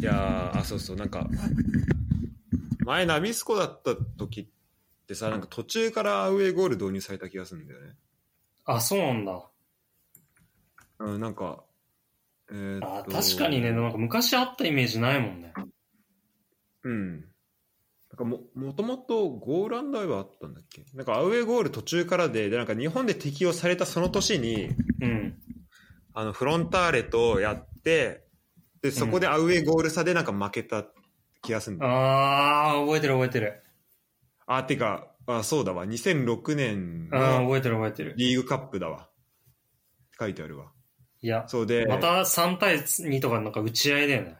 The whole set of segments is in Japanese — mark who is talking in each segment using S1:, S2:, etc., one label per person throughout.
S1: いやーあそうそうなんか前ナミスコだった時ってさなんか途中からアウェーゴール導入された気がするんだよね
S2: あ、そうなんだ。
S1: うんなんかえー
S2: あ
S1: っと
S2: 確かにね、でもなんか昔あったイメージないもんね。
S1: うんなんかももともとゴールアンドアイはあったんだっけなんかアウェーゴール途中からででなんか日本で適用されたその年に
S2: うん。
S1: あのフロンターレとやってでそこでアウェーゴール差でなんか負けた気がするんだよね
S2: あー、覚えてる覚えてる。
S1: あ、てか、あ、そうだわ。2006年
S2: うん、
S1: の
S2: 覚えてる覚えてる。
S1: リーグカップだわ。書いてあるわ。
S2: いや、
S1: そうで、
S2: また3対2とかなんか打ち合いだよね。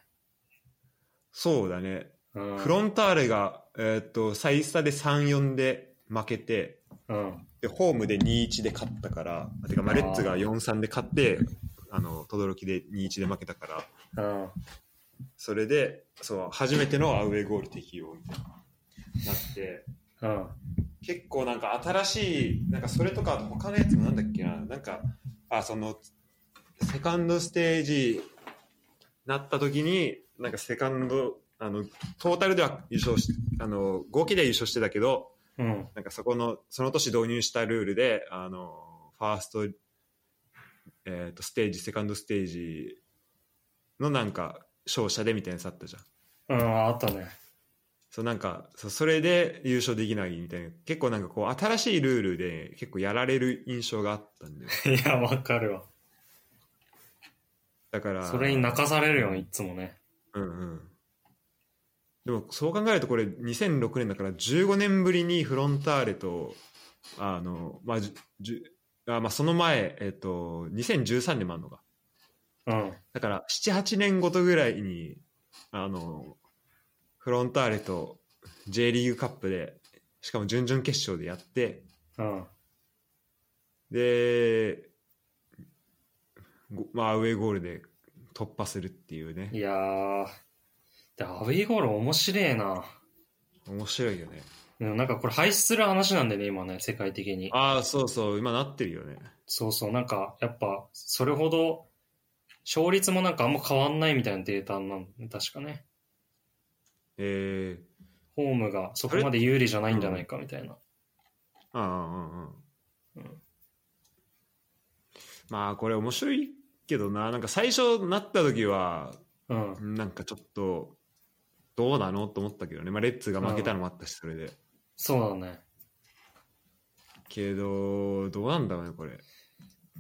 S1: そうだね。
S2: うん。
S1: フロンターレが、えーっと、サイスタで3、4で負けて、
S2: うん。
S1: で、ホームで2、1で勝ったから、あてか、まあ、レッツが4、3で勝って、あの、轟で2、1で負けたから、
S2: うん。
S1: それで、そう、初めてのアウェーゴール適用みたいな、なって、
S2: うん。
S1: 結構なんか新しいなんかそれとか他のやつもなんだっけななんかあそのセカンドステージなった時になんかセカンドあのトータルでは優勝しあの合計では優勝してたけど
S2: うん。
S1: なんかそこのその年導入したルールであのファースト、えー、とステージセカンドステージのなんか勝者でみたいなやつあったじゃん。
S2: うん、あったね。
S1: そうなんかそうそれで優勝できないみたいな結構なんかこう新しいルールで結構やられる印象があったんだよ
S2: いや、わかるわ。
S1: だから
S2: それに泣かされるよね、いつもね。
S1: うんうんでもそう考えるとこれ2006年だから15年ぶりにフロンターレとあのまあじゅじゅあまあその前えっと2013年もあるのか
S2: うん。
S1: だから78年ごとぐらいにあのフロンターレと J リーグカップでしかも準々決勝でやって
S2: うん。
S1: で、ごまあ、アウェーゴールで突破するっていうね、
S2: いやー。で、アウェイゴール面白えな。
S1: 面白いよね。
S2: うん、なんかこれ廃止する話なんでね、今ね、世界的に。
S1: ああ、そうそう、今なってるよね。
S2: そうそう、なんか、やっぱ、それほど、勝率もなんかあんま変わんないみたいなデータなん確かね。
S1: えー、
S2: ホームがそこまで有利じゃないんじゃないかみたいな。
S1: ああ、うんうん
S2: うん
S1: まあ、これ面白いけどな、なんか最初なった時は、
S2: うん。
S1: なんかちょっと、どうなのと思ったけどね、まあ、レッツが負けたのもあったし、それで。
S2: そうだね。
S1: けど、どうなんだろうね、これ。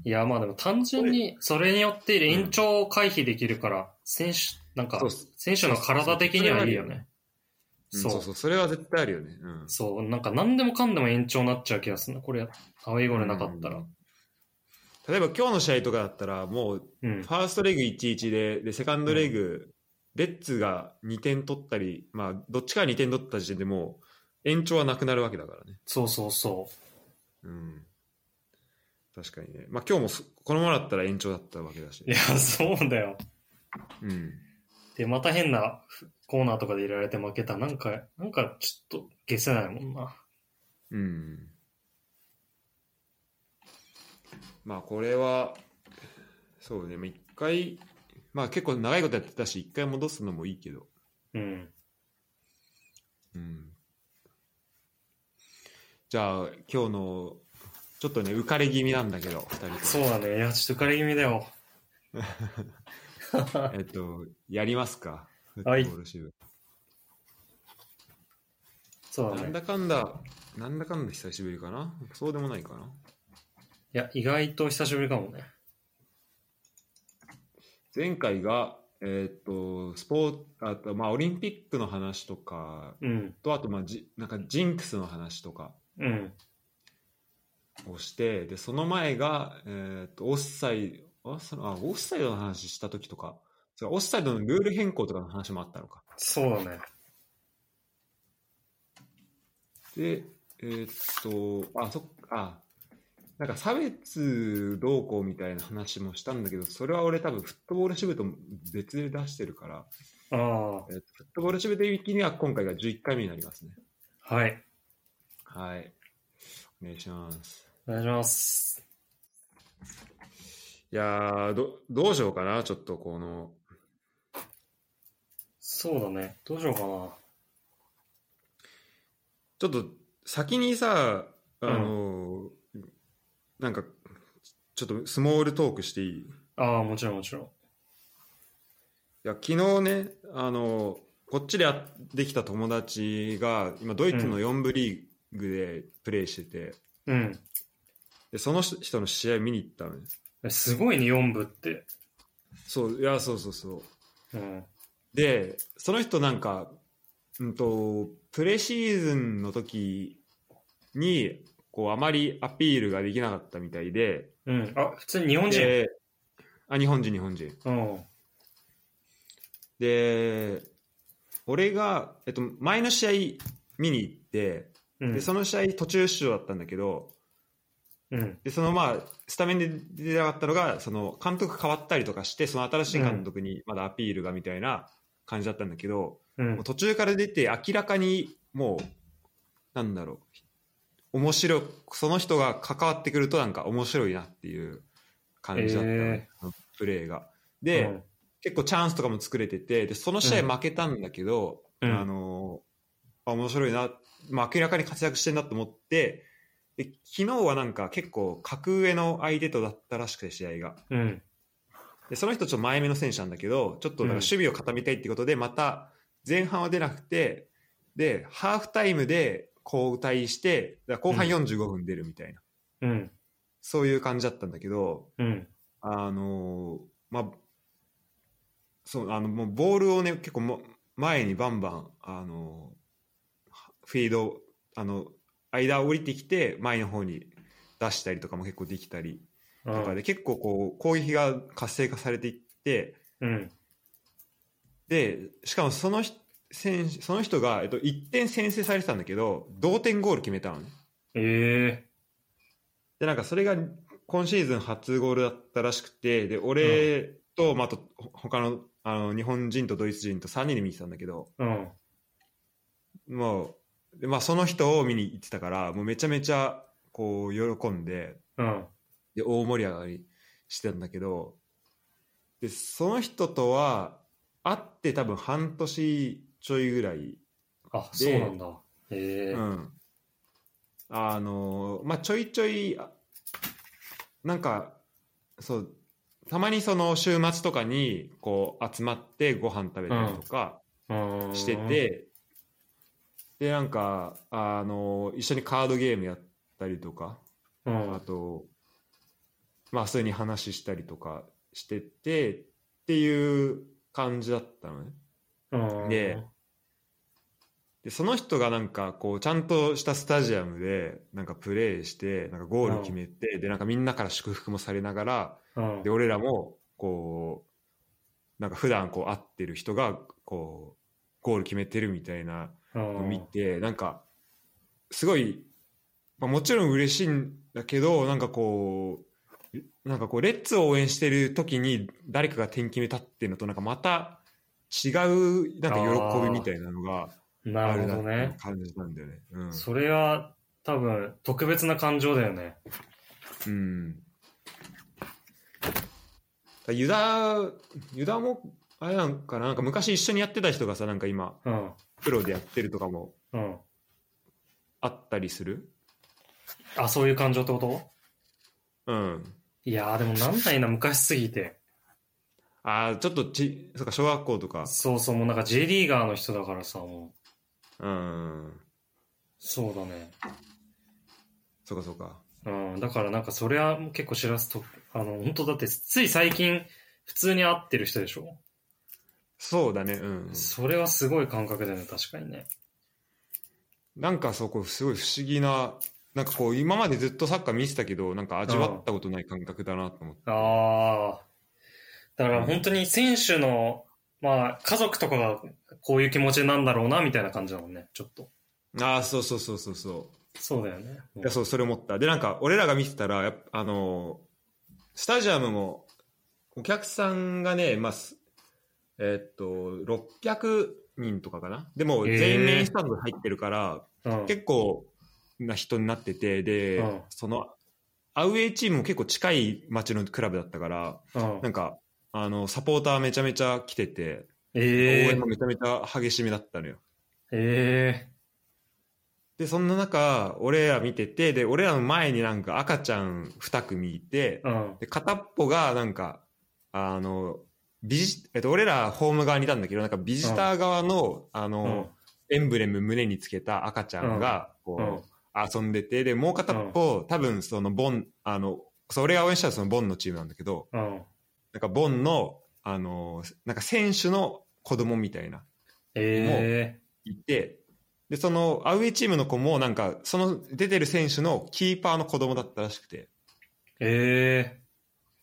S2: いや、まあでも単純に、それによって延長を回避できるから、選手、なんか
S1: そうっす、
S2: 選手の体的にはいいよね。
S1: うん
S2: そう
S1: そうそう、それは絶対あるよね。うん。
S2: そう、なんか何でもかんでも延長になっちゃう気がするな。これ、アウェイゴールなかった
S1: う
S2: ら
S1: ん。例えば今日の試合とかだったらもう
S2: うん
S1: フ。ァーストレグ1-1ででセカンドレグレッツが2点取ったり、まあ、どっちかが2点取った時点でもう延長はなくなるわけだからね、
S2: そうそうそ
S1: うん、確かにね、まあ、今日もそこのままだったら延長だったわけだし
S2: う。い、や、そうだよ。
S1: うん、
S2: で、また変なコーナーとかで入れられて負けた。なんか、なんかちょっと消せないもんな。
S1: うん、まあこれはそうねまあ一回、まあ、結構長いことやってたし一回戻すのもいいけど
S2: うん。
S1: うんじゃあ今日のちょっとね浮かれ気味なんだけど2人とも
S2: そうだね。いや、ちょっと浮かれ気味だよ。
S1: えっとやりますか
S2: はい
S1: フットボールシブ
S2: そう
S1: な
S2: だ
S1: ん
S2: ね。
S1: だかんだなんだかんだ久しぶりかなそうでもないかない
S2: や、意外と久しぶりかもね。
S1: 前回がえっとスポーツあとまあオリンピックの話とか
S2: うん。
S1: とあとまあじなんかジンクスの話とか
S2: うん。
S1: をしてでその前が、えー、とオフサイドあそのあオフサイドの話した時とかそれオフサイドのルール変更とかの話もあったのか
S2: そうだね。
S1: でえーっとあそっあなんか差別動向みたいな話もしたんだけどそれは俺多分フットボール支部と別で出してるから、
S2: あ
S1: えーっとフットボール支部できには今回が11回目になりますね
S2: あ。はい。
S1: はいお願いします
S2: お願いします。
S1: いやーどどうしようかなちょっとこの
S2: そうだね。どうしようかな。
S1: ちょっと先にさ、あの、なんか、ちょっとスモールトークしていいい
S2: ああ、もちろんもちろん。
S1: や、昨日ね、あの、こっちでやできた友達が、今ドイツの4部リーグでプレーしてて、
S2: うん。
S1: でその人人の試合見に行ったのね。
S2: えすごいね、4部って。
S1: そう、いや、そうそうそう。
S2: うん。
S1: で、その人なんか、うんと、プレシーズンの時に、こう、あまりアピールができなかったみたいで、
S2: うん。あ、普通に日本人。
S1: で、あ、日本人、日本人。
S2: うん。
S1: で、俺が、えっと、前の試合見に行って、
S2: うん。
S1: で、その試合途中出場だったんだけど、
S2: うん。
S1: で、そのまあ、スタメンで出なかったのが、その、監督変わったりとかして、その新しい監督にまだアピールがみたいな感じだったんだけど、
S2: うん
S1: もう。途中から出て明らかにもうなんだろう面白いその人が関わってくるとなんか面白いなっていう感じだったのね、そのプレーが。で、
S2: うん
S1: 結構チャンスとかも作れててでその試合負けたんだけど、
S2: うん
S1: あのあ面白いな、まあ、明らかに活躍してんなと思ってで昨日はなんか結構格上の相手とだったらしくて試合が。
S2: うん。
S1: でその人ちょっと前目の選手なんだけどちょっとなんか守備を固めたいってことで、また前半は出なくてでハーフタイムで交代してだから後半45分出るみたいな、
S2: うん。
S1: そういう感じだったんだけど
S2: うん。
S1: あのーまあそうあのもうボールをね結構も前にバンバンあのーフィードあの間を降りてきて前の方に出したりとかも結構できたり
S2: う
S1: とか
S2: ん。
S1: で、結構こう攻撃が活性化されていって
S2: うん。
S1: でしかもその人選手その人が、えっと、1点先制されてたんだけど同点ゴール決めたのね
S2: え
S1: でなんかそれが今シーズン初ゴールだったらしくてで俺と、まあ、あとほ他のあの日本人とドイツ人と3人で見てたんだけど
S2: えうん。
S1: もうで、まあ、その人を見に行ってたからもうめちゃめちゃこう喜んで
S2: うん。
S1: で大盛り上がりしてたんだけどでその人とは会って多分半年ちょいぐらい
S2: あ、そうなんだ。ええ
S1: うん、あのーまあちょいちょいあなんかそうたまにその週末とかにこう集まってご飯食べたりとか
S2: うん。
S1: してて、でなんかあのー一緒にカードゲームやったりとか、
S2: う
S1: あ
S2: ん。
S1: とまあ普通に話したりとかしててっていう感じだったのね。
S2: うん。
S1: ででその人がなんかこうちゃんとしたスタジアムでなんかプレーしてなんかゴール決めて、でなんかみんなから祝福もされながら
S2: うん
S1: で。俺らもこうなんか普段こう会ってる人がこうゴール決めてるみたいなのを見て、なんかすごい、まあ、もちろん嬉しいんだけどなんかこうなんかこうレッツを応援してる時に誰かが点決めたっていうのとなんかまた違うなんか喜びみたいなのが。
S2: うんなるほど
S1: あるなっ
S2: ね
S1: て。感じなんだよね。うん。
S2: それは多分特別な感情だよね。
S1: うん、だユダ、ユダも、あれなんかな、なんか昔一緒にやってた人がさ、なんか今、
S2: うん。
S1: プロでやってるとかも
S2: うん。
S1: あったりする
S2: あ、そういう感情ってこと
S1: うん。
S2: いやーでもなんないな、昔すぎて。
S1: ああ、ちょっとち、そうか、小学校とか。
S2: そうそう、もうなんか J リーガーの人だからさ、もう。
S1: うん。
S2: そうだね。
S1: そうか、そうか。
S2: うん。だからなんかそれはもう結構知らすと、あの、本当だってつい最近普通に会ってる人でしょ、
S1: そうだね、うん。
S2: それはすごい感覚だよね、確かにね。
S1: なんかそう、こうすごい不思議な、なんかこう、今までずっとサッカー見てたけど、なんか味わったことない感覚だなと思って。
S2: ああ。だから本当に選手の、まあ、家族とかがこういう気持ちなんだろうな、みたいな感じだもんね、ちょっと。
S1: ああ、そうそうそうそうそう。
S2: そうだよね。
S1: いやそうそれ思ったでなんか俺らが見てたらやっぱあのースタジアムもお客さんがね、まあ、すえーっと600人とかかなでも
S2: へー
S1: 全員メインスタンド入ってるから、
S2: うん。
S1: 結構な人になっててで、
S2: うん
S1: そのアウェーチームも結構近い町のクラブだったから
S2: うん
S1: なんかあのサポーターめちゃめちゃ来てて
S2: え
S1: 応
S2: え
S1: 援
S2: ー
S1: もめちゃめちゃ激しめだったのよ。
S2: え
S1: で、そんな中、俺ら見てて、で、俺らの前になんか赤ちゃん二組いて
S2: ー、うん。
S1: で、片っぽがなんか、あの、ビジ、えっと、俺らホーム側にいたんだけど、なんかビジター側の、あ
S2: う
S1: の
S2: ん、。
S1: エンブレム胸につけた赤ちゃんが、こう、
S2: うん
S1: 遊んでて、で、もう片っぽ、多分そのボン、あの、そう俺が応援したのはそのボンのチームなんだけど、
S2: うん。
S1: なんかボンの、あの、なんか選手の子供みたいな、
S2: え
S1: いて、で、そのアウェイチームの子もなんか、その出てる選手のキーパーの子供だったらしくて、
S2: ー、え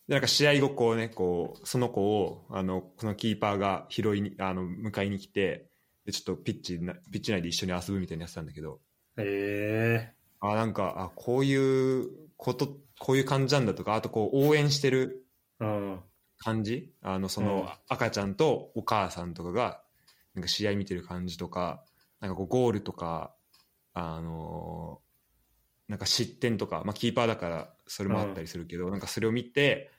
S1: で、なんか試合後こうね、こう、その子を、あの、このキーパーが拾いに、あの、迎えに来て、で、ちょっとピッチな、ピッチ内で一緒に遊ぶみたいなやつなんだけど、
S2: ー、え
S1: あなんかあこういうことこういう感じなんだとかあとこう応援してる
S2: ー、うん。
S1: 感じあのそ
S2: うん
S1: の赤ちゃんとお母さんとかがなんか試合見てる感じとかなんかこうゴールとかあのーなんか失点とか、まあ、キーパーだからそれもあったりするけど、なんかそれを見て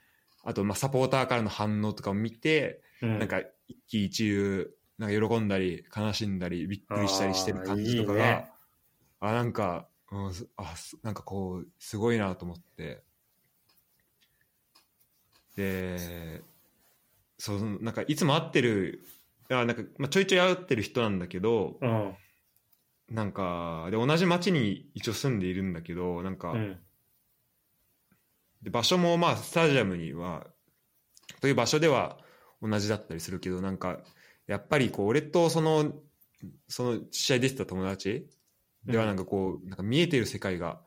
S1: あとまあサポーターからの反応とかを見て、
S2: うん、
S1: なんか一喜一憂なんか喜んだり悲しんだりびっくりしたりしてる感じとかが。
S2: あーいいね
S1: あなんか、うん、すあすなんかこうすごいなと思ってでそうなんかいつも会ってるあなんか、まあ、ちょいちょい会ってる人なんだけど
S2: うん。
S1: なんかで同じ町に一応住んでいるんだけどなんか、
S2: うん。
S1: で場所もまあスタジアムにはという場所では同じだったりするけどなんかやっぱりこう俺とそのその試合出てた友達ではなんかこうなんか見えてる世界が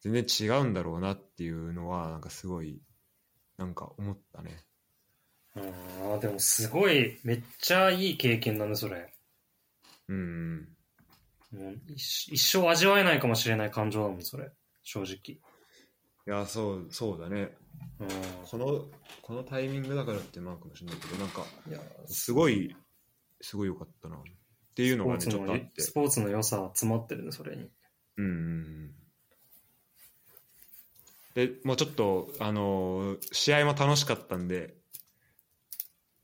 S1: 全然違うんだろうなっていうのはなんかすごいなんか思ったね
S2: ああ、でもすごい、めっちゃいい経験だね、それ。
S1: うん
S2: もう一一生味わえないかもしれない感情だもん、それ。正直。
S1: いやそうそうだね
S2: う
S1: このこのタイミングだからってもあるかもしれないけどなんか
S2: ん。いや、
S1: すごいすごい良かったなっていうのがねちょっとあって
S2: スポーツの良さは詰まってるね、それに。
S1: うんうんうんでもうちょっと、あのー試合も楽しかったんで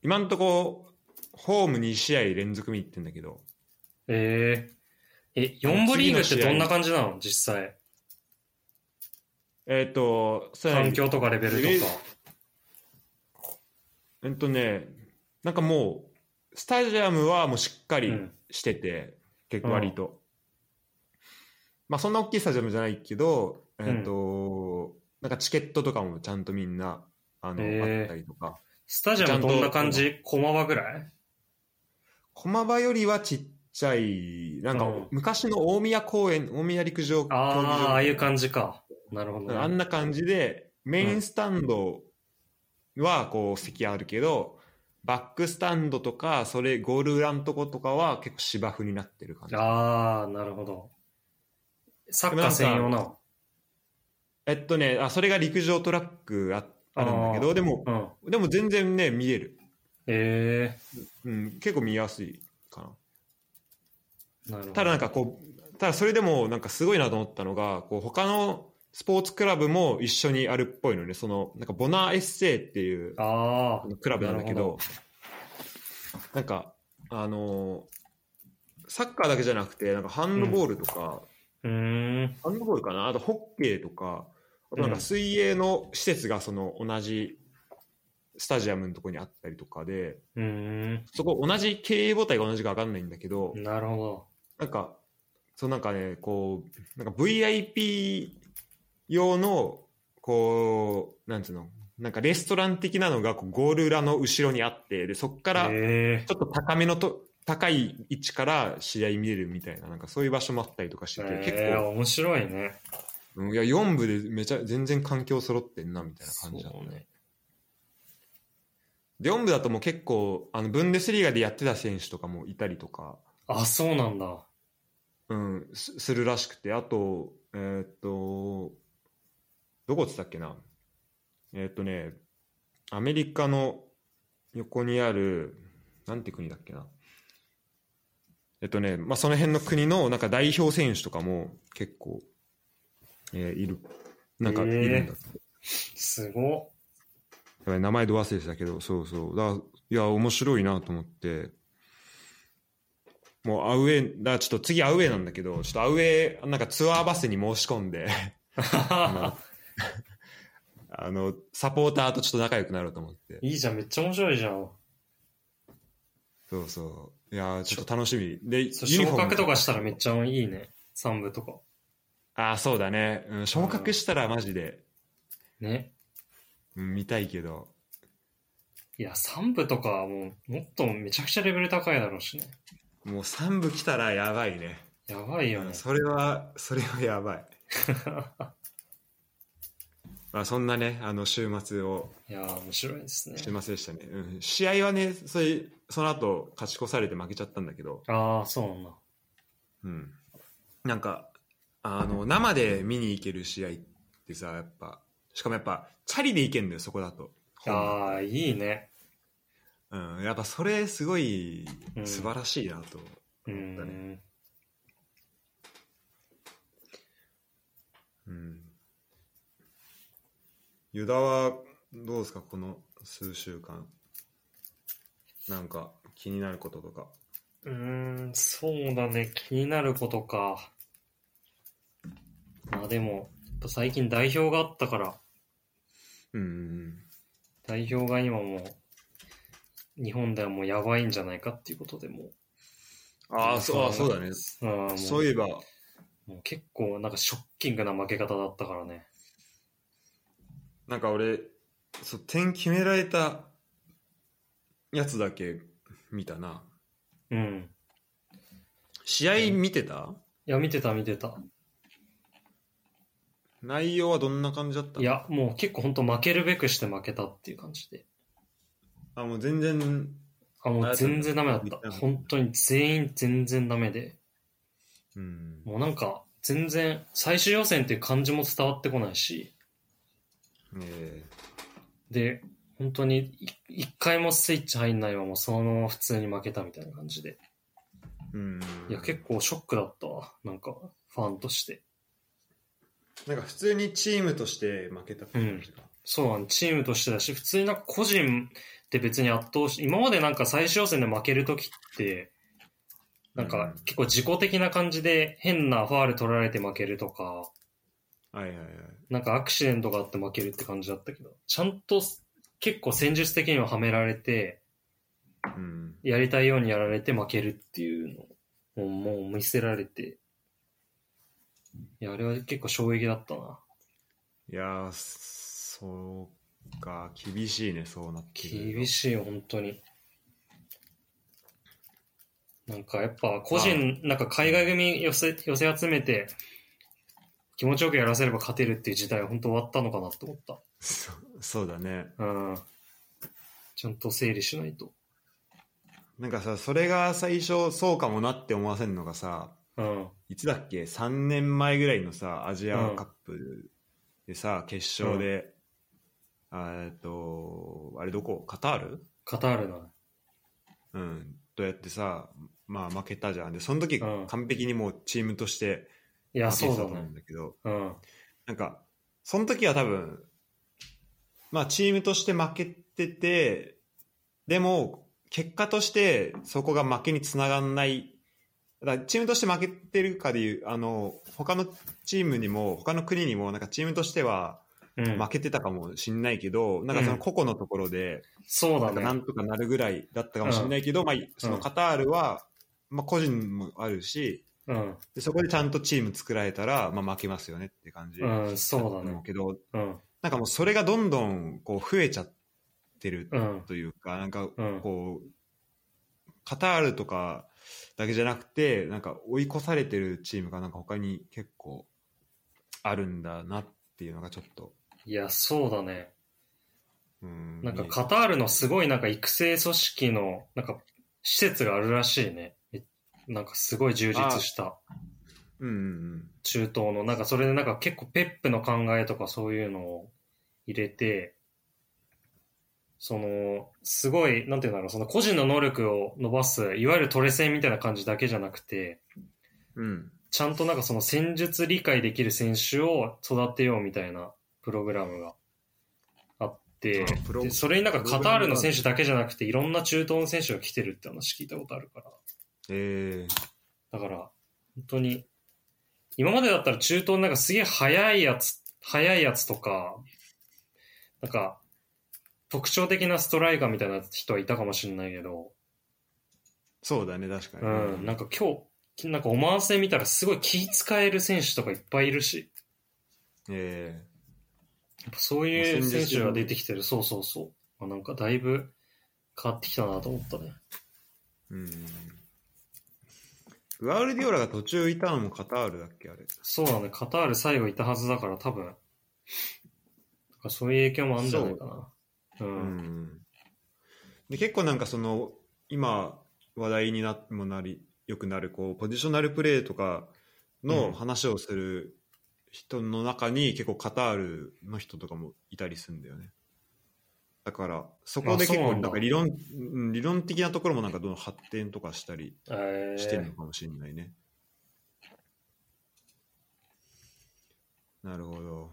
S1: 今んとこホーム2試合連続見に行ってんだけど
S2: えええ、4部リーグってどんな感じなの実際。
S1: えっ、とさらに
S2: 環境とかレベルとか。
S1: えっとねなんかもうスタジアムはもうしっか
S2: う
S1: り
S2: ん
S1: してて、結構割と、まあそんな大きいスタジアムじゃないけどえっ、と、なんかチケットとかもちゃんとみんなあの、
S2: へー
S1: あったりとか
S2: スタジアムどんな感じ駒場ぐらい
S1: 駒場よりはちっちゃい、なんか
S2: うん
S1: 昔の大宮公園、大宮陸上競技場
S2: ああー、ああいう感じか。なるほど、ね。
S1: あんな感じで、メインスタンドはこう席あるけど、バックスタンドとか、それゴール裏のとことかは結構芝生になってる感じ。
S2: ああ、なるほど。サッカー専用な。
S1: えっとね、あ、それが陸上トラックああるんだけ
S2: あ
S1: ど、でも、
S2: うん。
S1: でも全然ね、見える。
S2: え
S1: うん、結構見やすいかな。
S2: えなるほど。
S1: ただなんかこう、ただそれでもなんかすごいなと思ったのが、こう他のスポーツクラブも一緒にあるっぽいのね、そのなんかボナーエッセイっていう
S2: ああ、
S1: クラブなんだけ
S2: なる
S1: ど、なんかあのーサッカーだけじゃなくて、なんかハンドボールとか、
S2: うーん。
S1: ハンドボールかな、あとホッケーとか、あとなん
S2: う
S1: か
S2: ん
S1: 水泳の施設がその同じスタジアムのとこにあったりとかで、
S2: うーん。
S1: そこ同じ経営母体が同じか分かんないんだけど、
S2: なるほ
S1: なんか、そうなんかね、こう、なんか VIP 用の、こう、なんつうの、なんかレストラン的なのがこうゴール裏の後ろにあって、で、そっか
S2: ど。
S1: らちょ
S2: ええ
S1: っと高めのと、高い位置から試合見れるみたいな、なんかそういう場所もあったりとかしてて、結
S2: ええ
S1: 構、
S2: 面白いね。
S1: うんいや、4部でめちゃ、全然環境揃ってんな、みたいな感じだった
S2: そう
S1: ね。
S2: ね。
S1: で、4部だともう結構、あの、ブンデスリーガでやってた選手とかもいたりとか、
S2: あ、そうなんだ。
S1: うん、すするらしくて、あと、えーっと、どこっつったっけな、えーっとね、アメリカの横にある、なんて国だっけな、えっとね、まあ、その辺の国のなんか代表選手とかも結構、えーいる、なんかいるんだって、
S2: すごっ。
S1: やばい名前ど忘れてたけど、そうそう。だからいや、面白いなと思って。もうアウェー、だからちょっと次アウェーなんだけど、ちょっとアウェー、なんかツアーバスに申し込んで、あの あの、サポーターとちょっと仲良くなろうと思って。
S2: いいじゃん、めっちゃ面白いじゃん。
S1: そうそう。いやーちょっと楽しみ。で、
S2: そう
S1: ユニフォ
S2: 昇
S1: ーム
S2: 格とかしたらめっちゃいいね。3部とか。
S1: ああ、そうだね。うん、昇格したらマジで、
S2: ね。
S1: うん、見たいけど。
S2: いや、3部とかはもう、もっとめちゃくちゃレベル高いだろうしね。
S1: もう3部来たらやばいね。
S2: やばいよ
S1: う
S2: ね
S1: ん。それは、それはやば い。まあそんなね、あの週末を、
S2: いやー、面白いですね。
S1: 週末でしたね。うん、試合はね、それその後勝ち越されて負けちゃったんだけど、
S2: ああ、そうなんだ。
S1: うん、なんかあの生で見に行ける試合ってさ、やっぱ、しかもやっぱ、チャリで行けんだよ、そこだと。
S2: ああ、いいね。
S1: うん、やっぱそれすごい
S2: うん
S1: 素晴らしいなと。
S2: う
S1: だ
S2: ん。
S1: うん、ユダはどうですかこの数週間なんか気になることとか
S2: うーん、そうだね。気になることか。まあでも、やっぱ最近代表があったから、
S1: うんうん
S2: 代表が今もう、日本ではもうやばいんじゃないかっていうことでもう。
S1: うんああそうあそうだね
S2: あーもう
S1: そういえば
S2: もう結構なんかショッキングな負け方だったからね。
S1: なんか俺そう点決められたやつだけ見たな
S2: うん。
S1: 試合見てた、
S2: いや、見てた見てた。
S1: 内容はどんな感じだった
S2: いや、もう結構本当負けるべくして負けたっていう感じで。
S1: あもう全然
S2: あ、もう全然ダメだっ
S1: あやった
S2: た。
S1: んだ
S2: 本当に全員全然ダメで。
S1: うん
S2: もうなんか、全然、最終予選っていう感じも伝わってこないし、
S1: え
S2: で、本当にい一回もスイッチ入んないままそのまま普通に負けたみたいな感じで。
S1: えうん
S2: いや、結構ショックだったわ。なんか、ファンとして。
S1: なんか普通にチームとして負けたって感じか
S2: そうなんチームとしてだし、普通になんか個人って別に圧倒し、今までなんか最終予選で負けるときって、なんか
S1: うん
S2: 結構自己的な感じで変なファール取られて負けるとか、
S1: はいはいはい
S2: なんかアクシデントがあって負けるって感じだったけど、ちゃんと結構戦術的にははめられて、
S1: うん
S2: やりたいようにやられて負けるっていうのをもう見せられて、いや、あれは結構衝撃だったな。
S1: いやー、そうか、厳しいね、そうなってくると
S2: 厳しいよ本当になんかやっぱ個人なんか海外組寄せ寄せ集めて気持ちよくやらせれば勝てるっていう時代は本当終わったのかなと思っ
S1: そそうだね。
S2: たうんちゃんと整理しないと
S1: なんかさ、それが最初、そうかもなって思わせるのがさ、
S2: うん
S1: いつだっけ、3年前ぐらいのさ、アジアカップでさ、決勝で、あーえっと、あれどこカタール
S2: カタールな
S1: うん。とやってさ、まあ負けたじゃん。で、その時、
S2: うん
S1: 完璧にもうチームとして負
S2: いや
S1: けて
S2: そ
S1: た
S2: う
S1: と
S2: だ
S1: 思う
S2: ね
S1: んだけど、
S2: うん
S1: なんか、その時は多分、まあチームとして負けてて、でも、結果としてそこが負けにつながんない。だからチームとして負けてるかでいう、あの、他のチームにも、他の国にも、なんかチームとしては
S2: うん
S1: 負けてたかもしんないけど、なんかその個々のところで、
S2: そう
S1: な
S2: だ
S1: んかな
S2: ね
S1: んとかなるぐらいだったかもしんないけど、まあそのカタールは、まあ個人もあるし、
S2: うん
S1: でそこでちゃんとチーム作られたら、まあ負けますよねって感じ。
S2: うんそうだ
S1: 思
S2: ね
S1: うけど、
S2: うん
S1: なんかもうそれがどんどんこう増えちゃってる
S2: うん
S1: というか、なんか
S2: うん
S1: こう、カタールとかだけじゃなくて、なんか追い越されてるチームがなんか他に結構あるんだなっていうのがちょっと、
S2: いやそうだね
S1: うん。
S2: なんか
S1: 見え
S2: カタールのすごいなんか育成組織のなんか施設があるらしいね。えなんかすごい充実した
S1: うんうん
S2: 中東の、なんかそれでなんか結構ペップの考えとかそういうのを入れて、その、すごい、なんていうんだろう、その個人の能力を伸ばす、いわゆるトレセンみたいな感じだけじゃなくて、
S1: うん。うん。
S2: ちゃんとなんかその戦術理解できる選手を育てようみたいなプログラムがあっって
S1: あプロ
S2: でそれになんかカタールの選手だけじゃなくていろんな中東の選手が来てるって話聞いたことあるから
S1: え
S2: だから、本当に、今までだったら中東なんかすげえ速いやつ、速いやつとか、なんか、特徴的なストライカーみたいな人はいたかもしれないけど、
S1: そうだね、確かに。
S2: うん、なんか今日、なんかオマーン戦見たらすごい気使える選手とかいっぱいいるし、
S1: え
S2: やっぱそういう選手が出てきてる、そうそうそう。あなんかだいぶ変わってきたなと思ったね。
S1: えうん。グアウルディオラが途中いたのもカタールだっけ、あれ。
S2: そうだね、カタール最後いたはずだから多分、なんかそういう影響もあるんじゃないかな。
S1: う
S2: うん
S1: ん。で、結構なんかその、今、話題になもなり、よくなる、こう、ポジショナルプレーとか
S2: うん
S1: の話をする人の中に、結構カタールの人とかもいたりするんだよね。だから、そこで
S2: あそう
S1: 結
S2: なん
S1: 構、な
S2: だ
S1: んか理論、うん理論的なところもなんかどんどん発展とかしたり
S2: えー
S1: してるのかもしれないね。なるほど。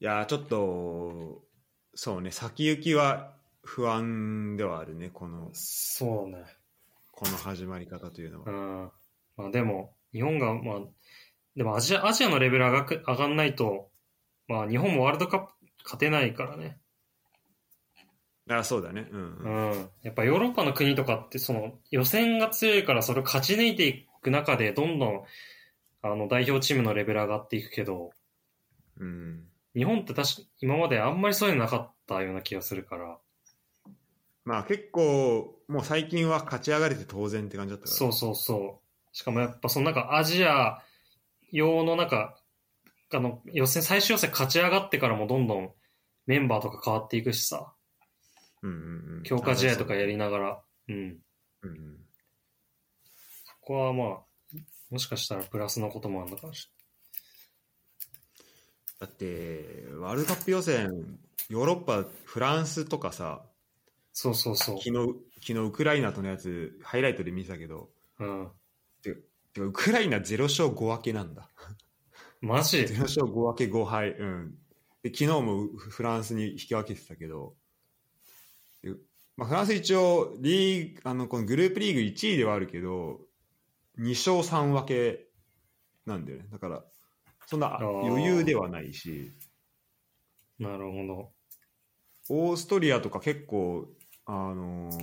S1: いやー、ちょっと、そうね、先行きは不安ではあるね、この、
S2: そうね。
S1: この始まり方というの
S2: う
S1: は。
S2: ん。まあでも、日本が、まあ、でもアジア、アジアのレベル上がく上がんないと、まあ日本もワールドカップ勝てないからね。
S1: あそうだね、うん
S2: う
S1: うん。
S2: ん。やっぱヨーロッパの国とかって、その予選が強いからそれを勝ち抜いていく中で、どんどん、あの、代表チームのレベル上がっていくけど、
S1: うん。
S2: 日本って確か、今まであんまりそういうのなかったような気がするから、
S1: まあ結構、もう最近は勝ち上がれて当然って感じだったから。
S2: そうそうそう。しかもやっぱそのなんかアジア用のなんか、あの、予選、最終予選勝ち上がってからもどんどんメンバーとか変わっていくしさ、
S1: うんうんうん。
S2: 強化試合とかやりながら、うん。
S1: うんうん。
S2: そこはまあ、もしかしたらプラスのこともあるのかもし
S1: だって、ワールドカップ予選、ヨーロッパ、フランスとかさ、
S2: れない。そうそうそ
S1: 昨日、昨日ウクライナとのやつ、ハイライトで見てたけど、
S2: う。うん。
S1: てかウクライナ0勝5分けなんだ。
S2: マジ
S1: 0勝5分け5敗。うん。で、昨日もフランスに引き分けてたけど、でまあ、フランス一応、リーグ、あの、このグループリーグ1位ではあるけど、2勝3分けなんだよね。だから、そんな
S2: あー
S1: 余裕ではないし、
S2: なるほど。
S1: オーストリアとか結構、あのー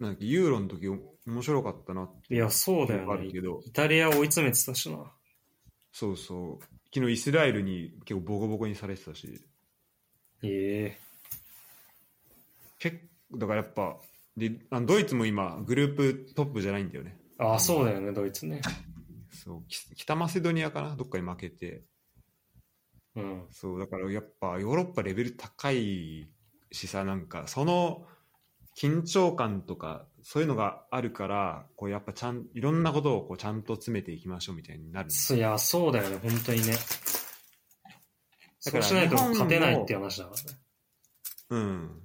S1: なんだっけ、ユーロの時お面白かったなって
S2: いや、そうだ
S1: あ
S2: よ
S1: る
S2: ね。
S1: けど、
S2: イタリア追い詰めてたしな。
S1: そうそう、昨日イスラエルに結構ボコボコにされてたし、
S2: え
S1: 結だからやっぱであのドイツも今、グループトップじゃないんだよね。
S2: えああ、そうだよね、ドイツね。
S1: そうき北マセドニアかな、どっかに負けて、
S2: うん。
S1: そうだからやっぱヨーロッパレベル高いしさ、なんかその緊張感とか、そういうのがあるから、こうやっぱちゃんいろんなことをこうちゃんと詰めていきましょうみたいになるね。
S2: そいや、そうだよね、本当にね。
S1: だ
S2: そ
S1: か
S2: う
S1: ら
S2: しないと勝てないっていう話だからね。
S1: うん。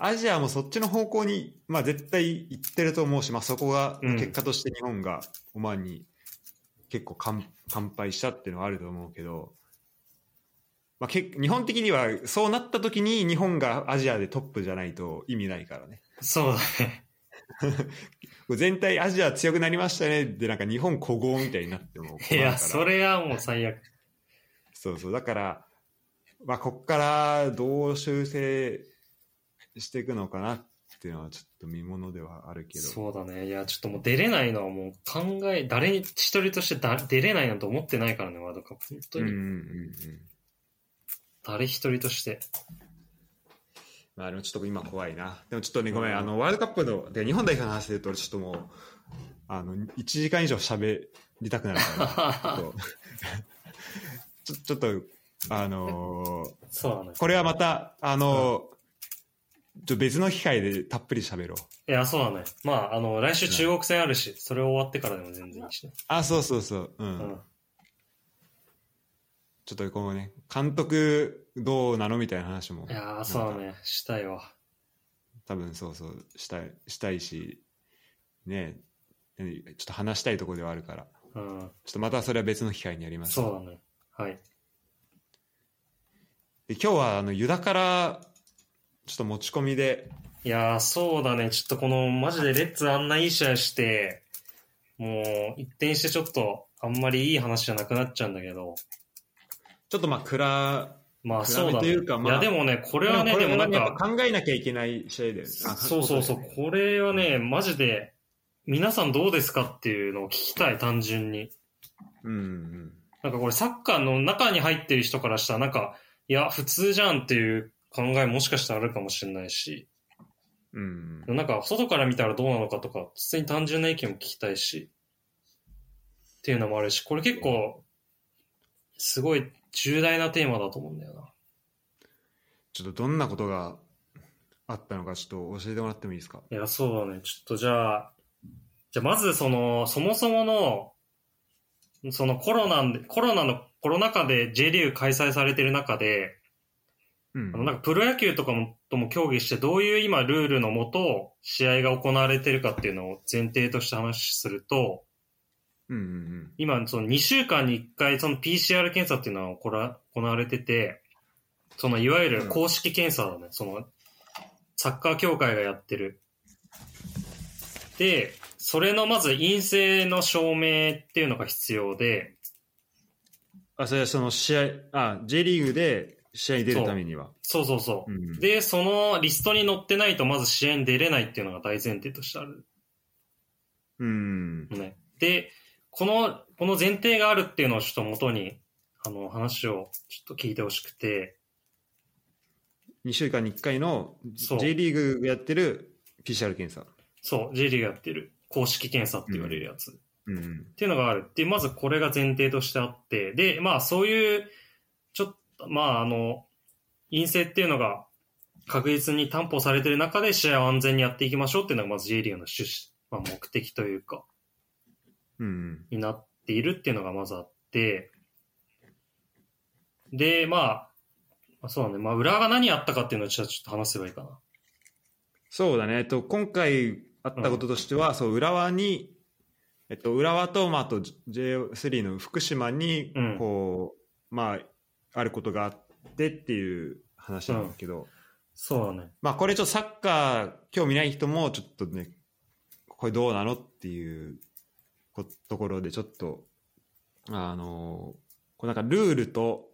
S1: アジアもそっちの方向に、まあ、絶対行ってると思うし、まあ、そこが
S2: うん
S1: 結果として日本がオマーンに結構完完敗したっていうのはあると思うけど、まあ、け日本的にはそうなった時に日本がアジアでトップじゃないと意味ないからね。
S2: そうだね。
S1: 全体アジア強くなりましたねでなんか日本古豪みたいになっても困る
S2: い
S1: から。
S2: や、それはもう最悪。
S1: そうそう、だから、まあ、こっからどう修正していくのかなっていうのはちょっと見ものではあるけど、
S2: そうだね。いや、ちょっともう出れないのはもう考え、誰に、一人としてだ出れないなんて思ってないからね、ワールドカップ。本当
S1: うんうん
S2: に。
S1: うんうん。
S2: 誰一人として。
S1: まあでもちょっと今怖いな。でもちょっとね、ごめ
S2: うん
S1: ん、あの、ワールドカップの、で、日本代表の話で言うと、俺ちょっともう、あの、1時間以上喋りたくなる から、ちょっとちょ、ちょっと、あのー
S2: そうだね。
S1: これはまた、あのーちょ別の機会でたっぷり喋ろう。
S2: いや、そうだね。まあ、あの、来週中国戦あるし、それ終わってからでも全然いいしね。
S1: あ、そうそうそう、
S2: う
S1: うん
S2: ん。
S1: ちょっとこのね、監督どうなのみたいな話も
S2: い、やー、そうだね。したいわ。
S1: 多分そうそう、したい、したいし、ねえ、ちょっと話したいところではあるから、
S2: うん。
S1: ちょっとまたそれは別の機会にやります。
S2: そうだね。はい。
S1: で今日はあのユダからちょっと持ち込みで
S2: いやー、そうだね。ちょっとこの、マジでレッツあんないい試合して、もう、一転してちょっと、あんまりいい話じゃなくなっちゃうんだけど。
S1: ちょっとまあ暗
S2: まあ、
S1: 比べ
S2: そうだ
S1: と
S2: ね。
S1: いうかまあ
S2: いや、でもね、これはね、
S1: こ
S2: でもなん
S1: やっ
S2: か、
S1: ぱ考えなきゃいけない試合だよね。あ
S2: そうそうそう、
S1: ことだよね
S2: これはね、マジで、皆さんどうですかっていうのを聞きたい、単純に。
S1: うんうん。
S2: なんかこれ、サッカーの中に入ってる人からしたら、なんか、いや、普通じゃんっていう考えもしかしたらあるかもしれないし、
S1: うんうん、
S2: なんか、外から見たらどうなのかとか、普通に単純な意見も聞きたいし、っていうのもあるし、これ結構、すごい重大なテーマだと思うんだよな。
S1: ちょっとどんなことがあったのかちょっと教えてもらってもいいですか
S2: いや、そうだね。ちょっとじゃあ、じゃあまずその、そもそもの、そのコロナで、コロナの、コロナ禍で J リーグ開催されてる中で、
S1: うん
S2: あのなんかプロ野球とかもとも協議して、どういう今ルールのもと、試合が行われてるかっていうのを前提として話すると、
S1: うんうん
S2: 今、その2週間に1回、その PCR 検査っていうのは行わ行われてて、そのいわゆる公式検査だね、その、サッカー協会がやってる。で、それのまず陰性の証明っていうのが必要で、
S1: あそれはその試合あ J リーグで試合に出るためには
S2: そうそうそう。
S1: うんうん
S2: で、そのリストに載ってないとまず試合に出れないっていうのが大前提としてある。
S1: うん
S2: ね。で、この、この前提があるっていうのをちょっと元に、あの、話をちょっと聞いてほしくて、
S1: 2週間に1回の
S2: そう
S1: J リーグがやってる PCR 検査、
S2: そう、J リーグやってる、公式検査って言われるやつ、っ
S1: うんうん、
S2: ていうのがある。で、まずこれが前提としてあって、で、まあそういう、ちょっと、まああの、陰性っていうのが確実に担保されてる中で試合を安全にやっていきましょうっていうのがまず J リーグの趣旨、まあ目的というか、
S1: うんうん
S2: になっているっていうのがまずあって、で、まあ、まあそうだね、まあ、裏が何あったかっていうのをちょっと話せばいいかな。
S1: そうだね、えっと、今回あったこととしては、そう浦和に、えっと、浦和と、まあ、あと J3 の福島に
S2: うん
S1: こう、まあ、あることがあってっていう話なんだけど、
S2: そうだね。
S1: まあ、これちょっとサッカー興味ない人もちょっとねこれどうなのっていうこところでちょっとあのこうなんかルールと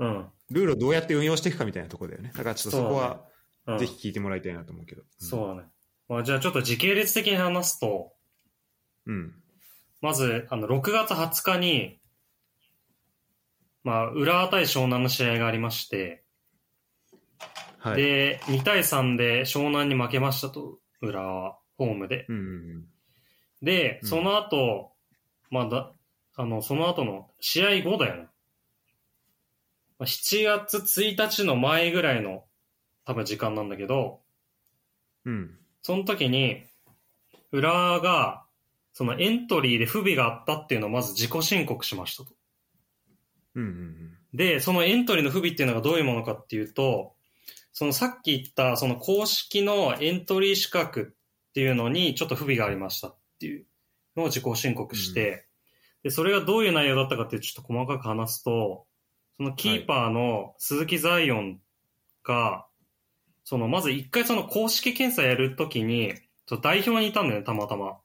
S2: うん。
S1: ルールをどうやって運用していくかみたいなところだよねだからちょっとそこは
S2: うん、
S1: ぜひ聞いてもらいたいなと思うけど、
S2: そうだね。まあ、じゃあちょっと時系列的に話すと、
S1: うん
S2: まず、あの、6月20日に、まあ、浦和対湘南の試合がありまして、
S1: はい
S2: で、2対3で湘南に負けましたと、浦和は、ホームで。
S1: うんうん
S2: で、
S1: うん
S2: その後、まあだ、あの、その後の試合後だよね。まあ7月1日の前ぐらいの多分時間なんだけど、
S1: うんうん
S2: その時に、浦和が、そのエントリーで不備があったっていうのをまず自己申告しましたと。
S1: うんうん
S2: で、そのエントリーの不備っていうのがどういうものかっていうと、そのさっき言った、その公式のエントリー資格っていうのにちょっと不備がありましたっていうのを自己申告して、で、それがどういう内容だったかっていうちょっと細かく話すと、そのキーパーの鈴木ザイオンが、そのまず一回その公式検査やるときに、その代表にいたんだよね、たまたま。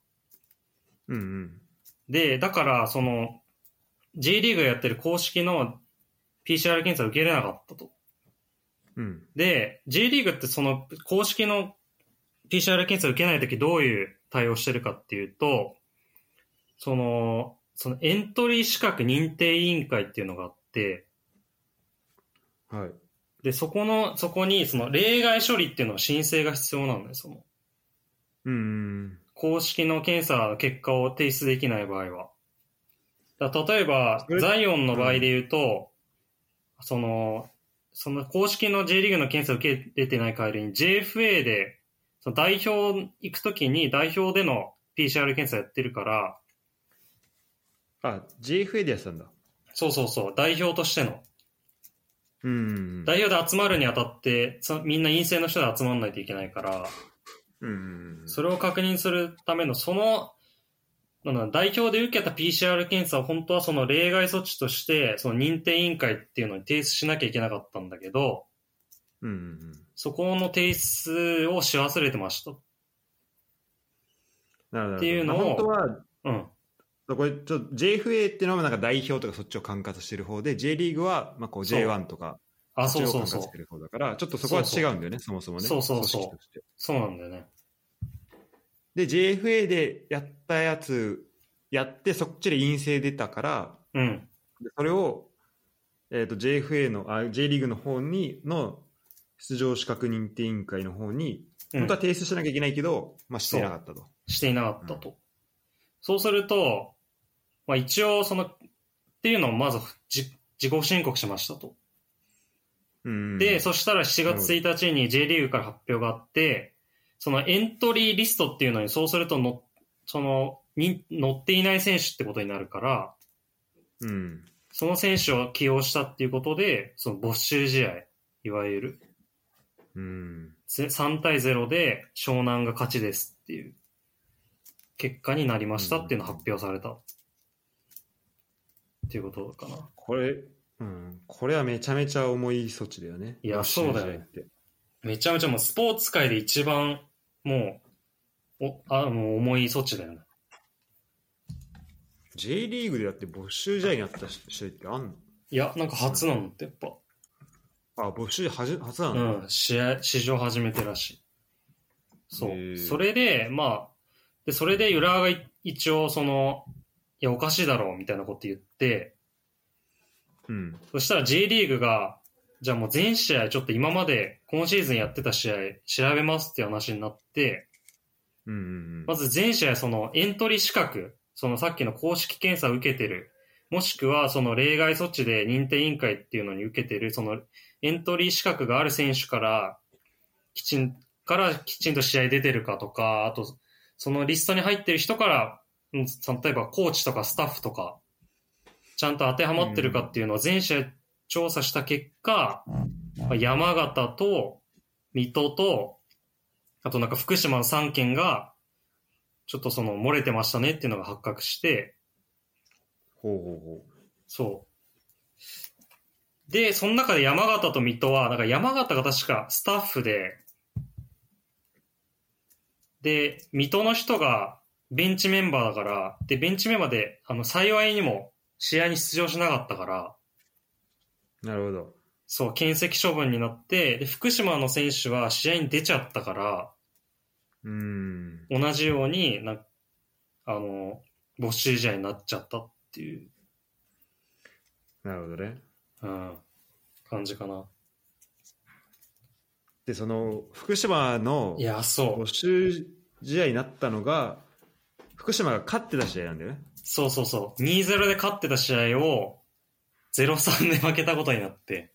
S1: うんうん
S2: で、だから、その、J リーグがやってる公式の PCR 検査を受けれなかったと。
S1: うん
S2: で、J リーグってその公式の PCR 検査を受けないときどういう対応してるかっていうと、その、そのエントリー資格認定委員会っていうのがあって、
S1: はい
S2: で、そこの、そこにその例外処理っていうのは申請が必要なんだよ、その。
S1: うんうん
S2: 公式の検査の結果を提出できない場合は。だ例えば
S1: そ、れ
S2: ザイオンの場合で言うと、その、その公式の J リーグの検査を受けれてない代わりに JFA で、その代表行くときに代表での PCR 検査やってるから、
S1: あ JFA でやってたんだ
S2: そうそうそう、代表としての。
S1: うんうん
S2: 代表で集まるにあたって、そみんな陰性の人で集まらないといけないから、
S1: うんうんうん
S2: それを確認するための、そのなんだ代表で受けた PCR 検査を本当はその例外措置として、その認定委員会っていうのに提出しなきゃいけなかったんだけど、
S1: うんうん。
S2: そこの提出をし忘れてました。
S1: なるほど。
S2: っていうのを
S1: まあ本当は、
S2: うん。
S1: そうこれちょっと JFA っていうのはなんか代表とかそっちを管轄してる方で J リーグはまあこう
S2: そう
S1: J1 とか
S2: あ、
S1: そ
S2: そ
S1: っ
S2: う
S1: ちを管轄
S2: そうそう
S1: し。てる方だからちょっとそこは違うんだよねそもそもね
S2: そうそうそう
S1: 組織として
S2: そうなんだよね。
S1: で JFA でやったやつやってそっちで陰性出たから
S2: うん。
S1: でそれを、えー、と JFA のあ J リーグの方にの出場資格認定委員会の方に
S2: うん
S1: 本当は提出しなきゃいけないけど、まあしていなかったと
S2: していなかったと。そうすると、まあ一応その、っていうのをまずじ自己申告しましたと。
S1: うん
S2: で、そしたら7月1日に J リーグから発表があって、そのエントリーリストっていうのにそうするとの、その、に乗っていない選手ってことになるから、
S1: うん
S2: その選手を起用したっていうことで、その没収試合、いわゆる、
S1: うん
S2: ぜ3対0で湘南が勝ちですっていう結果になりましたっていうのを発表された。っていうことかな。
S1: これうんこれはめちゃめちゃ重い措置だよね
S2: いやそうだよね
S1: 試合って
S2: めちゃめちゃもうスポーツ界で一番もう、おあもう重い措置だよね。
S1: J リーグでだって没収試合になった試合ってあんの
S2: いや、なんか初なのってやっぱ。
S1: あ、募集はじ初な
S2: う
S1: の、
S2: ん、試合、史上初めてらしい。そ
S1: へー
S2: う。それで、まあ、で、それで浦和がい一応その、いや、おかしいだろうみたいなこと言って、
S1: うん。
S2: そしたら J リーグが、じゃあもう全試合ちょっと今まで今シーズンやってた試合調べますっていう話になって、
S1: うんうん
S2: まず全試合そのエントリー資格、そのさっきの公式検査を受けてる、もしくはその例外措置で認定委員会っていうのに受けてる、そのエントリー資格がある選手から、きちん、からきちんと試合出てるかとか、あと、そのリストに入ってる人から、うん例えばコーチとかスタッフとか、ちゃんと当てはまってるかっていうのを全試合調査した結果、まあ山形と水戸と、あとなんか福島の3県が、ちょっとその漏れてましたねっていうのが発覚して、
S1: ほうほうほ
S2: そう。で、その中で山形と水戸は、なんか山形が確かスタッフで、で、水戸の人がベンチメンバーだから、で、ベンチメンバーで、あの、幸いにも試合に出場しなかったから、
S1: う。なるほど。
S2: そう、検責処分になって、で、福島の選手は試合に出ちゃったから、
S1: うーん。
S2: 同じようにな、あの、没収試合になっちゃったっていう、
S1: なるほどね。
S2: うん、感じかな。
S1: で、その、福島の
S2: いや、そう
S1: 募。集試合になったのが、福島が勝ってた試合なんだよね。
S2: そうそうそう。2-0で勝ってた試合を、0-3で負けたことになって。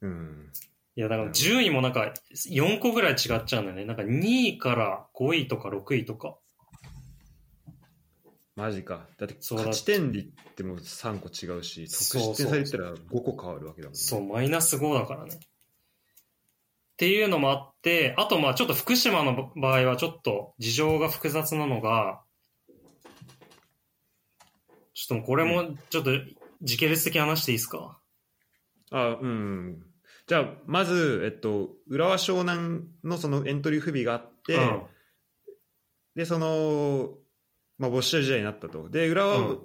S1: うん。
S2: いや、だから順位もなんか、4個ぐらい違っちゃうんだよね。なんか2位から5位とか6位とか。
S1: マジか。だって、
S2: そうだ
S1: 勝ち点で言っても3個違うし、
S2: そうそ
S1: 得
S2: う
S1: 失点差で言ったら5個変わるわけだもんね。
S2: そう、マイナス5だからね。っていうのもあって、あとまあちょっと福島の場合はちょっと事情が複雑なのが、ちょっとこれもちょっと時系列的に話していいですか
S1: あ、うん。じゃあ、まず、えっと、浦和湘南のそのエントリー不備があって、
S2: うん、
S1: で、その、まあ、没収試合になったと。で、浦和、
S2: うん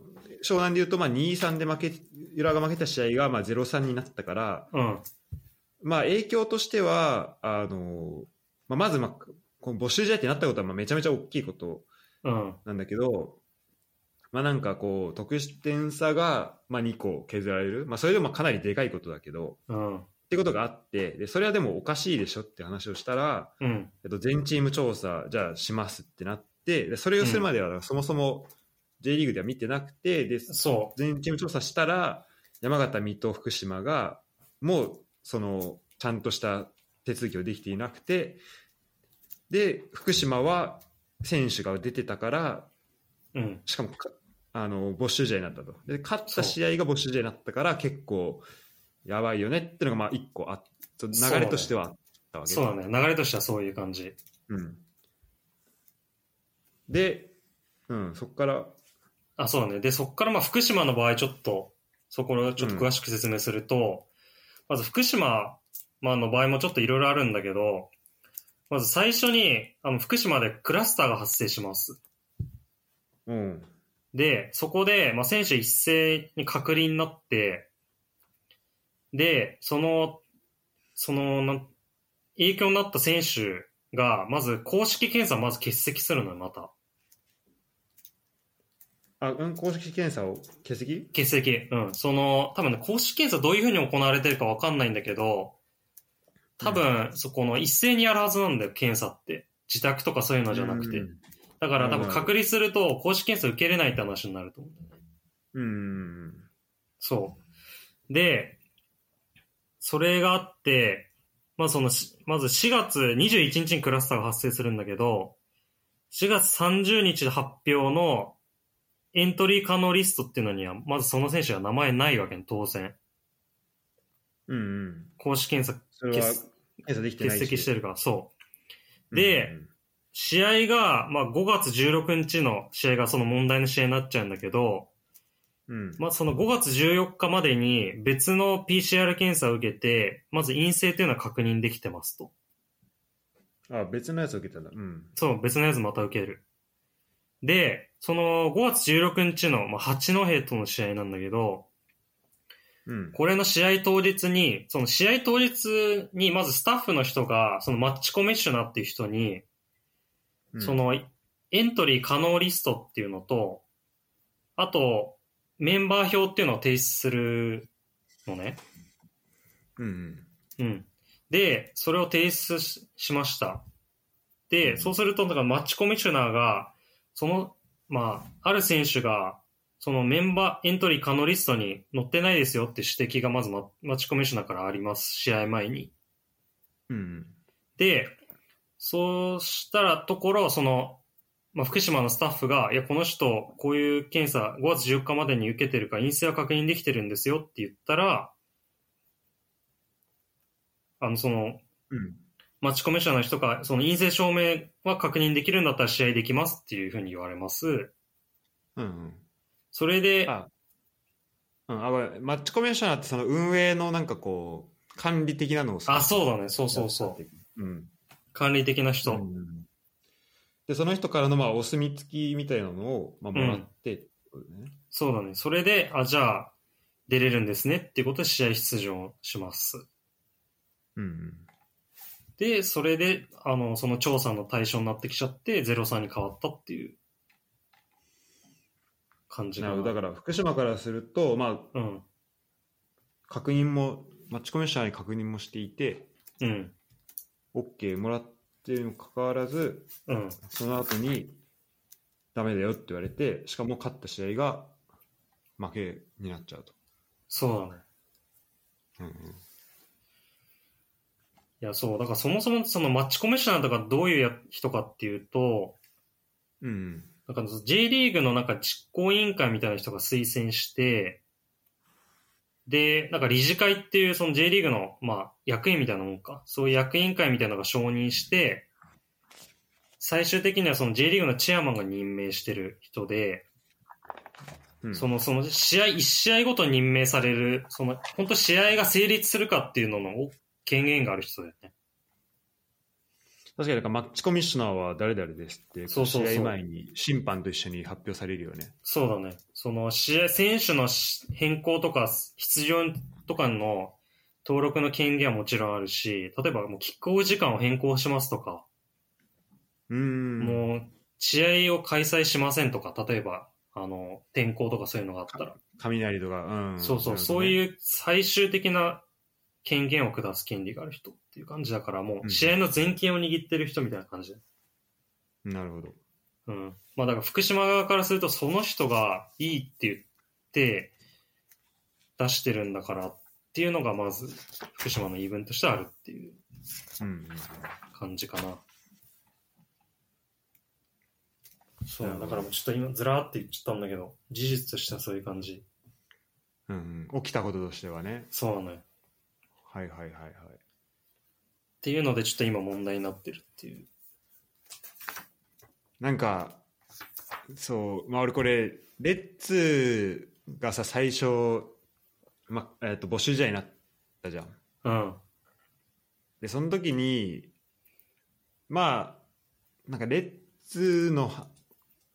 S1: 湘南でいうと、まあ、2-3で負け、浦和が負けた試合が、まあ、0-3になったから、
S2: うん、
S1: まあ、影響としては、あの、まあ、まず、まあ、この没収試合ってなったことは、まあ、めちゃめちゃ大きいこと
S2: うん、
S1: なんだけど、まあ、なんかこう、得失点差が、まあ、2個削られる。まあ、それでもまあかなりでかいことだけど、
S2: うん、
S1: ってことがあって、で、それはでもおかしいでしょって話をしたら、
S2: うん、
S1: えっと、全チーム調査、じゃあしますってなって、でそれをするまでは、そもそも J リーグでは見てなくて、で
S2: そ
S1: 全チーム調査したら、山形、水戸、福島が、もう、その、ちゃんとした手続きをできていなくて、で、福島は選手が出てたから、
S2: う、うん。
S1: しかもか、あの、没収試合になったと。で、勝った試合が没収試合になったから、結構、やばいよねっていうのが、まあ、一個あっ流れとしてはあったわけ
S2: そうだね。流れとしてはそういう感じ。
S1: うん、で、うん、そこから、
S2: あ、そうだね。で、そこからまあ福島の場合、ちょっと、そこをちょっと詳しく説明すると、まず福島まあの場合もちょっといろいろあるんだけど、まず最初にあの福島でクラスターが発生します。
S1: うん、
S2: で、そこで、まあ、選手一斉に隔離になって、で、その、その、なん影響になった選手が、まず公式検査をまず欠席するのよ、また。
S1: あ、うん、公式検査を欠席
S2: 欠席。うん。その、多分ね、公式検査どういうふうに行われてるかわかんないんだけど、多分、そこの一斉にやるはずなんだよ、検査って。自宅とかそういうのじゃなくて。
S1: うん
S2: だから多
S1: う
S2: 分
S1: ん
S2: 隔離すると、公式検査受けれないって話になると思う。
S1: うん、
S2: そう。で、それがあって、まあそのし、まず4月21日にクラスターが発生するんだけど、4月30日発表のエントリー可能リストっていうのには、まずその選手が名前ないわけね、当然。
S1: うん、うん。
S2: 公式検査
S1: それは
S2: 欠
S1: 検査できてな
S2: 欠
S1: い
S2: 席して
S1: る。
S2: るから、そう。
S1: うん
S2: で、試合が、まあ5月16日の試合がその問題の試合になっちゃうんだけど、
S1: うん、
S2: まあ、その5月14日までに別の PCR 検査を受けて、まず陰性というのは確認できてますと。
S1: あ、別のやつを受けたんだ。うん。
S2: そう、別のやつまた受ける。で、その5月16日の、まあ、八戸との試合なんだけど、
S1: うん。
S2: これの試合当日に、その試合当日にまずスタッフの人が、そのマッチコミッショナーっていう人に、
S1: うん
S2: そ、のエントリー可能リストっていうのと、あとメンバー表っていうのを提出するのね。
S1: うん。
S2: うん。で、それを提出ししました。で、
S1: うん
S2: そうすると、だからマッチコミッショナーが、その、まあ、ある選手が、そのメンバー、エントリー可能リストに載ってないですよって指摘がまずママッチコミッショナーからあります。試合前に。
S1: うん。
S2: で、そうしたらところ、その、まあ、福島のスタッフが、いや、この人、こういう検査、5月14日までに受けてるから、陰性は確認できてるんですよって言ったら、あの、その、
S1: うん。
S2: マッチコミッショナーの人が、その陰性証明は確認できるんだったら試合できますっていうふうに言われます。
S1: うん。
S2: それで、
S1: あうん、あまあマッチコミッショナーってその運営のなんかこう、管理的なのを
S2: あ、そうだね、そう
S1: う
S2: そうそう。
S1: う。うん。
S2: 管理的な人。
S1: んんんで、その人からのまあお墨付きみたいなのを、まあ、もらってってことね、
S2: そうだね。それで、あ、じゃあ、出れるんですねっていうことで試合出場します。
S1: うん。
S2: で、それで、あの、その調査の対象になってきちゃって、03に変わったっていう感
S1: う
S2: じ
S1: ん
S2: か
S1: な
S2: な。
S1: るほど。だから福島からすると、まあ、
S2: うん。
S1: 確認も、マッチコミッショナーに確認もしていて、
S2: うん。
S1: OK もらってるにもかかわらず、
S2: うん。
S1: その後に、ダメだよって言われて、しかも勝った試合が負けになっちゃうと。
S2: そうだね。
S1: うんうん、
S2: いや、そう。だからそもそもそのマッチコミッショナーとかどういうや人かっていうと、
S1: うんうん。
S2: なんかその J リーグのなんか実行委員会みたいな人が推薦して、で、なんか理事会っていうその J リーグの、まあ、役員みたいなもんか。そういう役員会みたいなのが承認して、最終的にはその J リーグのチェアマンが任命してる人で、
S1: うん、
S2: その、その試合、1試合ごとに任命される、その、本当試合が成立するかっていうのの権限がある人だよね。
S1: 確かになんかマッチコミッショナーは誰々ですって、
S2: そうそうそう
S1: 試合前に審判と一緒に発表されるよね。
S2: そうだね。その試合、選手のし変更とか、出場とかの登録の権限はもちろんあるし、例えばもうキックオフ時間を変更しますとか、
S1: うーん。
S2: もう試合を開催しませんとか、例えば、あの、転校とかそういうのがあったら。
S1: 雷とか、うん。
S2: そうそう、そう
S1: う。
S2: いう最終的な権限を下す権利がある人っていう感じだから、も
S1: うん
S2: う試合の全権を握ってる人みたいな感じだよね
S1: なるほど。
S2: うん。まあだから福島側からするとその人がいいって言って出してるんだからっていうのがまず福島の言い分としてあるっていう
S1: うんうん。
S2: 感じかな。そう
S1: なるほど
S2: だからもうちょっと今ずらーって言っちゃったんだけど、事実としてはそういう感じ。
S1: うんうん、起きたこととしてはね。
S2: そうなのよ。っ
S1: はいはいはいはい。
S2: ていうのでちょっと今問題になってるっていう。
S1: なんか、そう、まあ俺これ、レッツがさ、最初、ま、えっと、募集試合になったじゃん。
S2: うん。
S1: で、その時に、まあ、なんかレッツの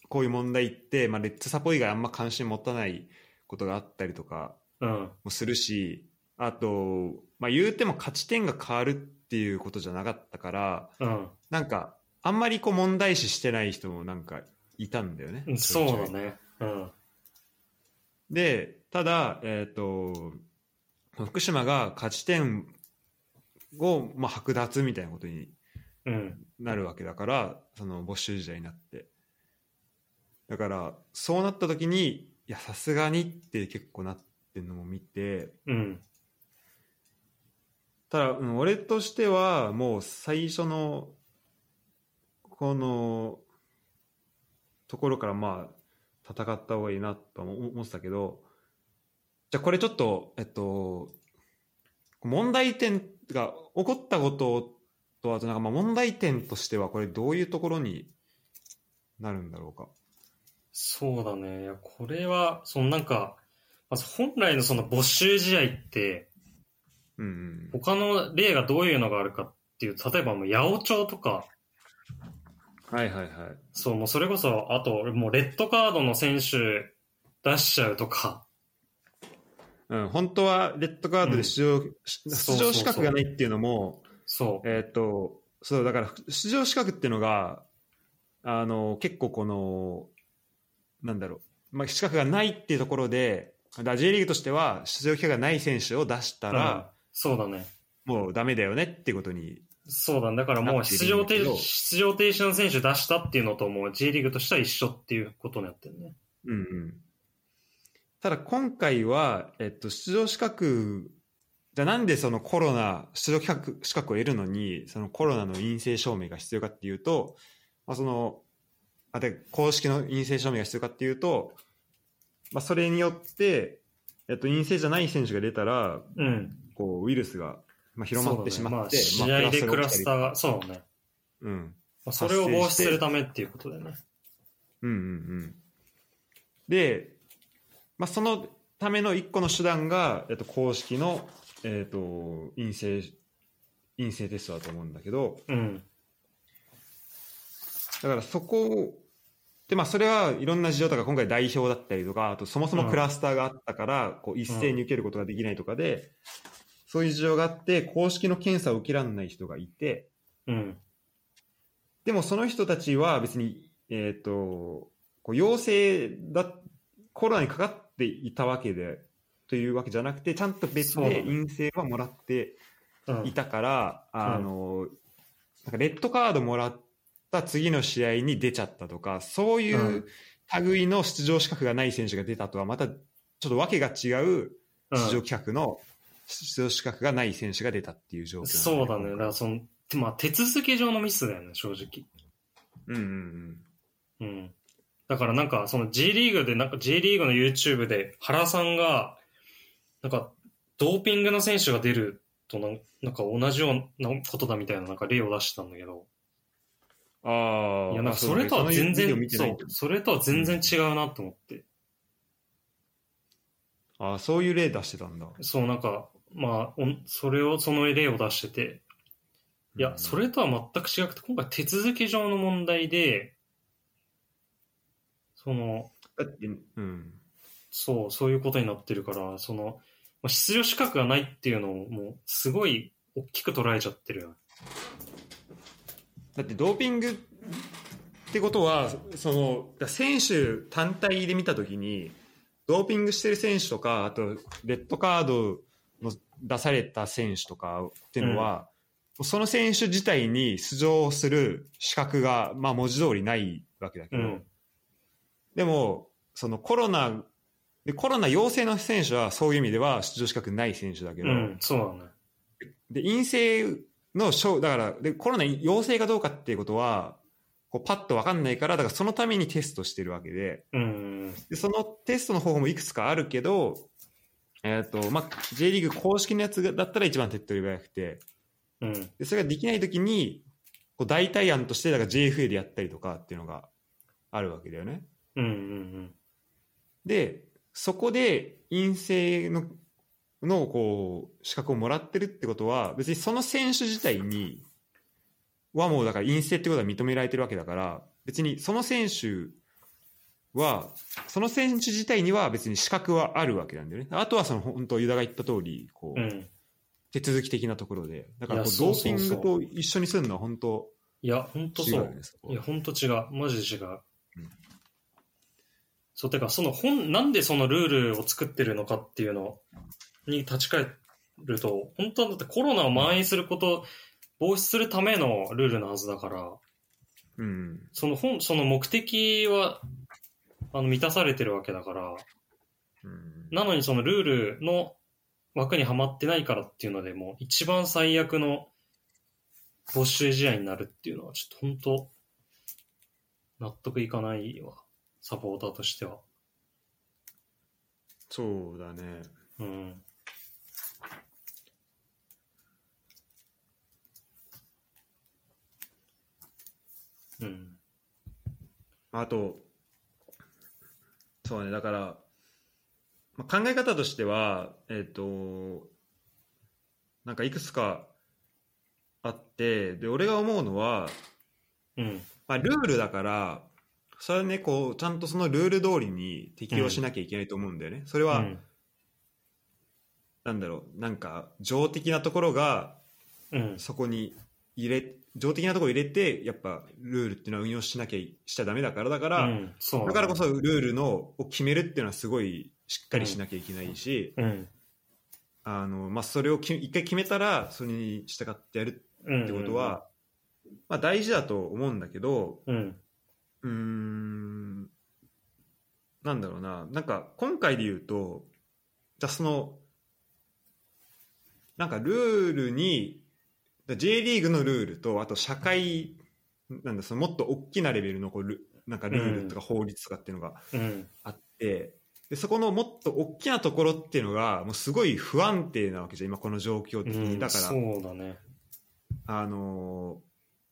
S1: こういう問題って、まあレッツサポ以外あんま関心持たないことがあったりとか
S2: うん。
S1: もするし、あと、まあ言うても勝ち点が変わるっていうことじゃなかったから、
S2: うん。
S1: なんか、あんまりこう問題視してない人もなんかいたんだよね。
S2: うんそうだね。うん。
S1: で、ただ、えっ、と、福島が勝ち点を、まあ、剥奪みたいなことに
S2: うん。
S1: なるわけだから、その没収時代になって。だから、そうなった時に、いや、さすがにって結構なってんのも見て、
S2: うん。
S1: ただ、うん、俺としては、もう最初の、この、ところから、まあ、戦った方がいいなとは思思ってたけど、じゃあこれちょっと、えっと、問題点が起こったことと、あとなんかまあ問題点としては、これどういうところになるんだろうか。
S2: そうだね。いや、これは、そのなんか、まず本来のその募集試合って、
S1: うんうん。
S2: 他の例がどういうのがあるかっていう、例えばもう八百長とか、
S1: はいはいはい。
S2: そう、もうそれこそ、あと、もうレッドカードの選手出しちゃうとか、
S1: うん、本当はレッドカードで出場、
S2: そう
S1: 出
S2: そうそう
S1: 場資格がないっていうのも、
S2: そう、
S1: えーっ、と、そう、だから、出場資格っていうのが、あの、結構この、なんだろう、まあ、資格がないっていうところで、ダ J リーグとしては、出場機会がない選手を出した
S2: うん
S1: ら、
S2: そうだね。
S1: もうダメだよねっていうことに、
S2: そうだね。だからもう出
S1: な
S2: 場停
S1: ってるんだ
S2: 止、
S1: けど
S2: 出場停止の選手出したっていうのともう J リーグとしては一緒っていうことになってるね。
S1: うんうん。ただ今回は、えっと、出場資格、じゃあなんでそのコロナ、出場資格資格を得るのに、そのコロナの陰性証明が必要かっていうと、まあ、その、あ、で、公式の陰性証明が必要かっていうと、まあ、それによって、えっと、陰性じゃない選手が出たら、
S2: うん。
S1: こう、ウイルスが、まあ、広まってしまって、
S2: そうだねまあ、試合でクラスタ
S1: ー。
S2: ーが、そうだね。
S1: うん。
S2: まあ、それを防止するためっていうことだよね。
S1: うんうんうん、で、まあ、そのための一個の手段が、えっと、公式の、えっと、陰性陰性テストだと思うんだけど
S2: うん。
S1: だからそこをで、まあ、それはいろんな事情とか今回代表だったりとかあとそもそもクラスターがあったから、こう一斉に受けることができないとかで、そういう事情があって公式の検査を受けられない人がいて、
S2: うん。
S1: でもその人たちは別に、えっ、と、こう陽性だ、コロナにかかっていたわけで、というわけじゃなくて、ちゃんと別
S2: そうだね
S1: で陰性はもらって
S2: うん
S1: いたから、あの、なんかレッドカードもらった次の試合に出ちゃったとか、そうい
S2: うん
S1: う類の出場資格がない選手が出たとは、またちょっとわけが違う
S2: うん
S1: 出場規格の出場資格がない選手が出たっていう状況なんよ
S2: そうだね。だからその、まあ、手続き上のミスだよね、正直。
S1: うんうんうん。
S2: うん。だからなんか、その J リーグで、なんか J リーグの YouTube で原さんが、なんか、ドーピングの選手が出るとなん、なんか同じようなことだみたいな、なんか例を出してたんだけど、
S1: ああ。
S2: いや、なんか
S1: あ
S2: それとは
S1: うだ
S2: 全
S1: ねそのビデオ見、
S2: 然
S1: てな
S2: そ
S1: いうけど、
S2: それとは全然違うなと思って。
S1: ああ、そういう例出してたんだ。
S2: そう、なんか、まあ、おんそれを、その例を出してて、いや、それとは全く違くて、今回手続き上の問題で、その、
S1: だって、うん。
S2: そう、そういうことになってるから、その、まあ出場資格がないっていうのを、もう、すごい大きく捉えちゃってるよね。
S1: だってドーピングってことは、その、だ選手単体で見たときに、ドーピングしてる選手とか、あと、レッドカードの出された選手とかっていうのは、その選手自体に出場する資格が、まあ文字通りないわけだけ
S2: う
S1: ど、
S2: ん。
S1: でも、そのコロナ、でコロナ陽性の選手はそういう意味では出場資格ない選手だけ
S2: う
S1: ど、
S2: ん、そうだね。
S1: で陰性の証だからでコロナ陽性かどうかっていうことはこうパッと分かんないからだからそのためにテストしてるわけで
S2: うん。
S1: でそのテストの方法もいくつかあるけど、えーとまあ、J リーグ公式のやつだったら一番手っ取り早くて
S2: うん。
S1: でそれができない時にこう代替案としてだから JFA でやったりとかっていうのがあるわけだよね。
S2: うんうん
S1: で、そこで陰性の、の、こう、資格をもらってるってことは、別にその選手自体に、はもうだから陰性ってことは認められてるわけだから、別にその選手は、その選手自体には別に資格はあるわけなんだよね。あとはその本当、ユダが言った通り、こ
S2: う
S1: う、
S2: ん。うん。
S1: 手続き的なところで、だからこ
S2: い
S1: ド
S2: うやそう
S1: ー
S2: そ
S1: ピ
S2: う
S1: ン
S2: そう
S1: グと一緒にするのは本当
S2: いや、ほんと
S1: 違
S2: そうう
S1: よ。ね、そこはい
S2: や、ほんと違う。マジで違う。
S1: ん
S2: そう、てか、その本、なんでそのルールを作ってるのかっていうのに立ち返ると、本当はだってコロナを蔓延すること、防止するためのルールなはずだから、
S1: うん。
S2: その本、その目的は、あの、満たされてるわけだから、
S1: うん
S2: なのにそのルールの枠にはまってないからっていうので、もう一番最悪の没収試合になるっていうのは、ちょっと本当、納得いかないわ。サポーターとしては。
S1: そうだね。
S2: うん。うん。
S1: あと、そうね、だから、まあ、考え方としては、えっ、と、なんかいくつかあって、で、俺が思うのは、
S2: うん。
S1: まあ、ルールだから、それはね、こう、ちゃんとそのルール通りに適用しなきゃいけないと思うんだよね。それ
S2: う
S1: は、
S2: ん。
S1: なんだろう、なんか、情的なところが、
S2: うん。
S1: そこに入れ、情的なところ入れて、やっぱ、ルールっていうのは運用しなきゃい、しちゃダメだから、だから、
S2: うん、そうなん
S1: だからこ。そルールのを決めるっていうのはすごいしっかりしなきゃいけないし、
S2: うん。
S1: あのまあ、それをき一回決めたらそれに従ってやる
S2: うん。
S1: ってことは、まあ、大事だと思うんだけど
S2: うん。
S1: うーんなんだろうななんか今回で言うとじゃあそのなんかルールにだ J リーグのルールとあと社会なんだそのもっと大きなレベルのこうルなんかルールとか法律とかっていうのが、
S2: うん。
S1: あってでそこのもっと大きなところっていうのがもうすごい不安定なわけじゃん今この状況
S2: う
S1: 的に、
S2: ん。
S1: だから、
S2: そうだね。
S1: あの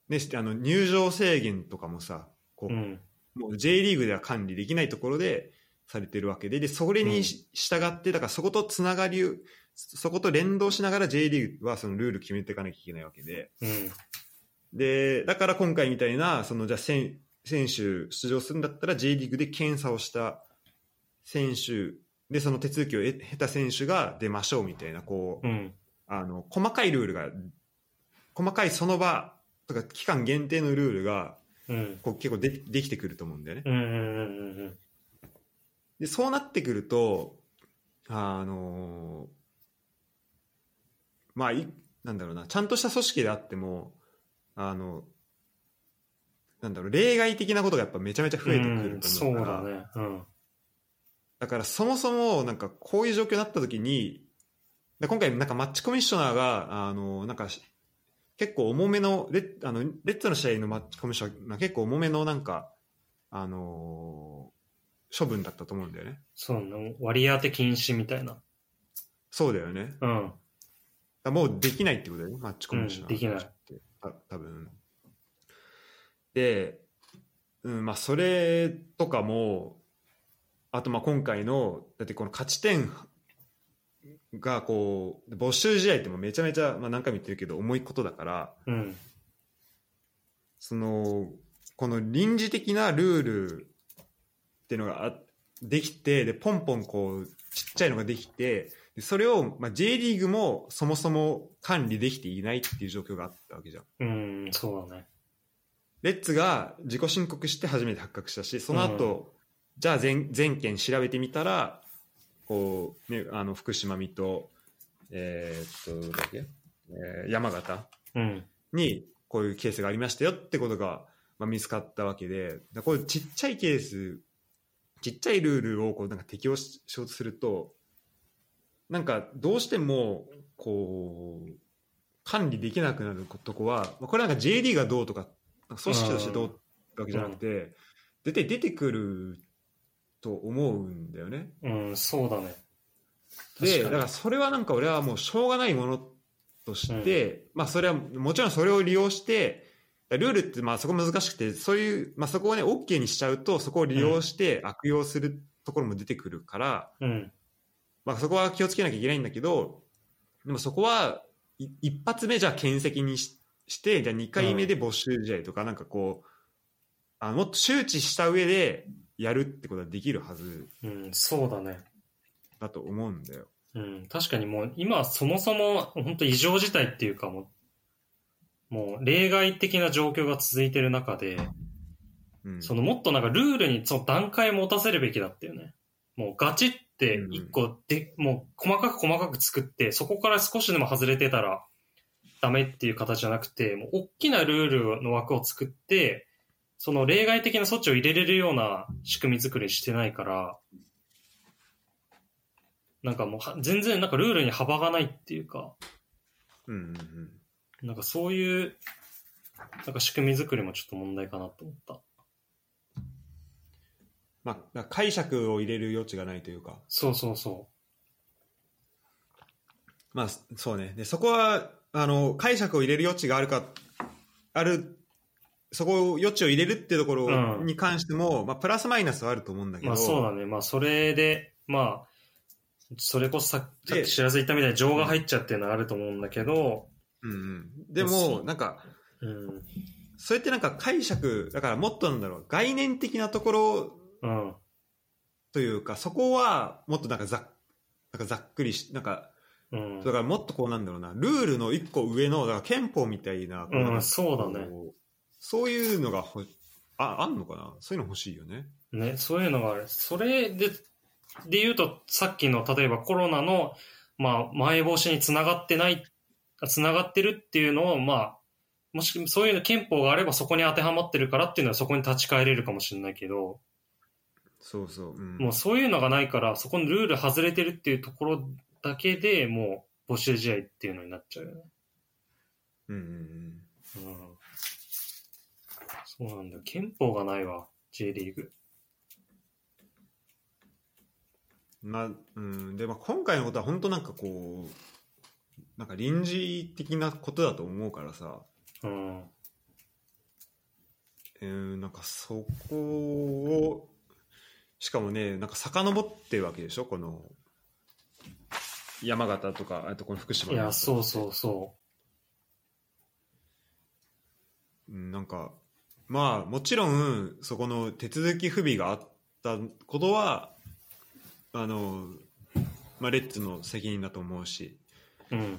S1: ーね、してあの入場制限とかもさこう、
S2: うん。
S1: もう J リーグでは管理できないところでされてるわけででそれにし従ってだからそことつながりをそこと連動しながら J リーグはそのルール決めていかなきゃいけないわけで
S2: うん。
S1: でだから今回みたいなそのじゃあ選選手出場するんだったら J リーグで検査をした選手でその手続きを得経た選手が出ましょうみたいなこう、
S2: うん。
S1: あの細かいルールが細かいその場とか期間限定のルールが
S2: うん。
S1: こう結構でできてくると思うんだよね。
S2: うんうんうんうん
S1: でそうなってくるとあのまあいなんだろうなちゃんとした組織であってもあのなんだろう例外的なことがやっぱめちゃめちゃ増えてく
S2: う
S1: る
S2: ん
S1: と
S2: そ
S1: 思
S2: う
S1: うから、
S2: だね。うん。
S1: だからそもそもなんかこういう状況になった時にで今回なんかマッチコミッショナーがあのなんかし結構重めのレッあのレッツの試合のマッチコミッショナー結構重めのなんかあの処分だったと思うんだよね
S2: そうなの。割り当て禁止みたいな。
S1: そうだよね
S2: うん。
S1: だからもうできないってことだよね、マッチコミッショ
S2: うん
S1: ナー
S2: できない
S1: って。た多分で、うん、まあ、それとかも、あと、まあ、今回の、だってこの勝ち点が、こう、募集試合ってもうめちゃめちゃ、まあ、何回も言ってるけど、重いことだから、
S2: うん。
S1: その、この臨時的なルールっていうのがあできて、で、ポンポンこう、ちっちゃいのができて、でそれを、まあ、J リーグもそもそも管理できていないっていう状況があったわけじゃん。
S2: うん、そうだね。
S1: レッツが自己申告して初めて発覚したし、その後、じゃあ全全件調べてみたら、こう、ね、あの、福島水戸、えーっと、どこだっけえー山形
S2: うん。
S1: にこういうケースがありましたよってことが、まあ、見つかったわけでだからこういうちっちゃいケースちっちゃいルールをこうなんか適用ししようとするとなんかどうしてもこう管理できなくなるとこはまあこれなんか J d がどうとかなんか組織としてどうってわけじゃなくて出て出てくると思うんだよね。
S2: うん、そうだね。
S1: でだ
S2: 確
S1: か
S2: から
S1: それはなんか俺はもうしょうがないものとして、まあそれはもちろんそれを利用してだからルールってまあそこ難しくて、そういう、まあ、そこをね、OK にしちゃうと、そこを利用して悪用するところも出てくるから、
S2: うん。
S1: まあ、そこは気をつけなきゃいけないんだけど、でもそこは、い一発目じゃあ検責にしして、じゃあ2回目で没収試合とか、なんかこう、あもっと周知した上でやるってことはできるはず
S2: うん、そうだね。
S1: だと思うんだよ。
S2: うん、確かにもう今そもそも本当異常事態っていうかもう、もう例外的な状況が続いてる中で、
S1: うん、
S2: そのもっとなんかルールにその段階持たせるべきだったよね。もうガチって一個で、もう細かく細かく作って、そこから少しでも外れてたらダメっていう形じゃなくて、もう大きなルールの枠を作って、その例外的な措置を入れれるような仕組み作りしてないから、なんかもうは全然なんかルールに幅がないっていうか、
S1: うんうんうん
S2: なんかそういう、なんか仕組み作りもちょっと問題かなと思った。
S1: まあ、だから解釈を入れる余地がないというか、
S2: そうそうそ
S1: まあ、そそうね。で、そこは、あの、解釈を入れる余地があるか、ある、そこを余地を入れるってところ
S2: うん
S1: に関しても、まあ、プラスマイナスはあると思うんだ
S2: う。
S1: けど、
S2: まあそうだね。まあそれで、まあ、それこそささっ
S1: で
S2: き知らず言ったみたいに情が入っちゃってるのはあると思うんだけど、
S1: うんうん、で
S2: そ
S1: も、
S2: う
S1: なんか、
S2: うん、
S1: それってなんか解釈、だからもっとなんだろう、概念的なところ
S2: うん、
S1: というか、そこはもっとなんかざっなんかざっくりし、なんか、
S2: うん
S1: だ。からもっとこうなんだろうな、ルールの一個上の、だから憲法みたいな、こなん
S2: う
S1: か
S2: ん、そうだね。
S1: こうそういうのがほ、あ、あんのかなそういうの欲しいよね。
S2: ね、そういうのがある。それで、で言うと、さっきの、例えばコロナの、まあ、まん延防止につながってない、あつながってるっていうのを、まあ、もし、そういうの憲法があればそこに当てはまってるからっていうのはそこに立ち返れるかもしれないけど、
S1: そうそう。うん、
S2: もうそういうのがないから、そこのルール外れてるっていうところだけでもう募集試合っていうのになっちゃうよね。
S1: うんうんうん
S2: うん。そうなんだ。憲法がないわ、J リーグ。
S1: まあ、うん、で、まあ、今回のことは本当なんかこう、なんか臨時的なことだと思うからさ、
S2: うん。
S1: えーなんかそこを、しかもね、なんか遡ってるわけでしょ、この、山形とか、あとこの福島
S2: い
S1: の
S2: や、そうそうそ
S1: うんなんか、まあ、もちろん、そこの手続き不備があったことは、あの、まあ、レッツの責任だと思うし、
S2: う。うん。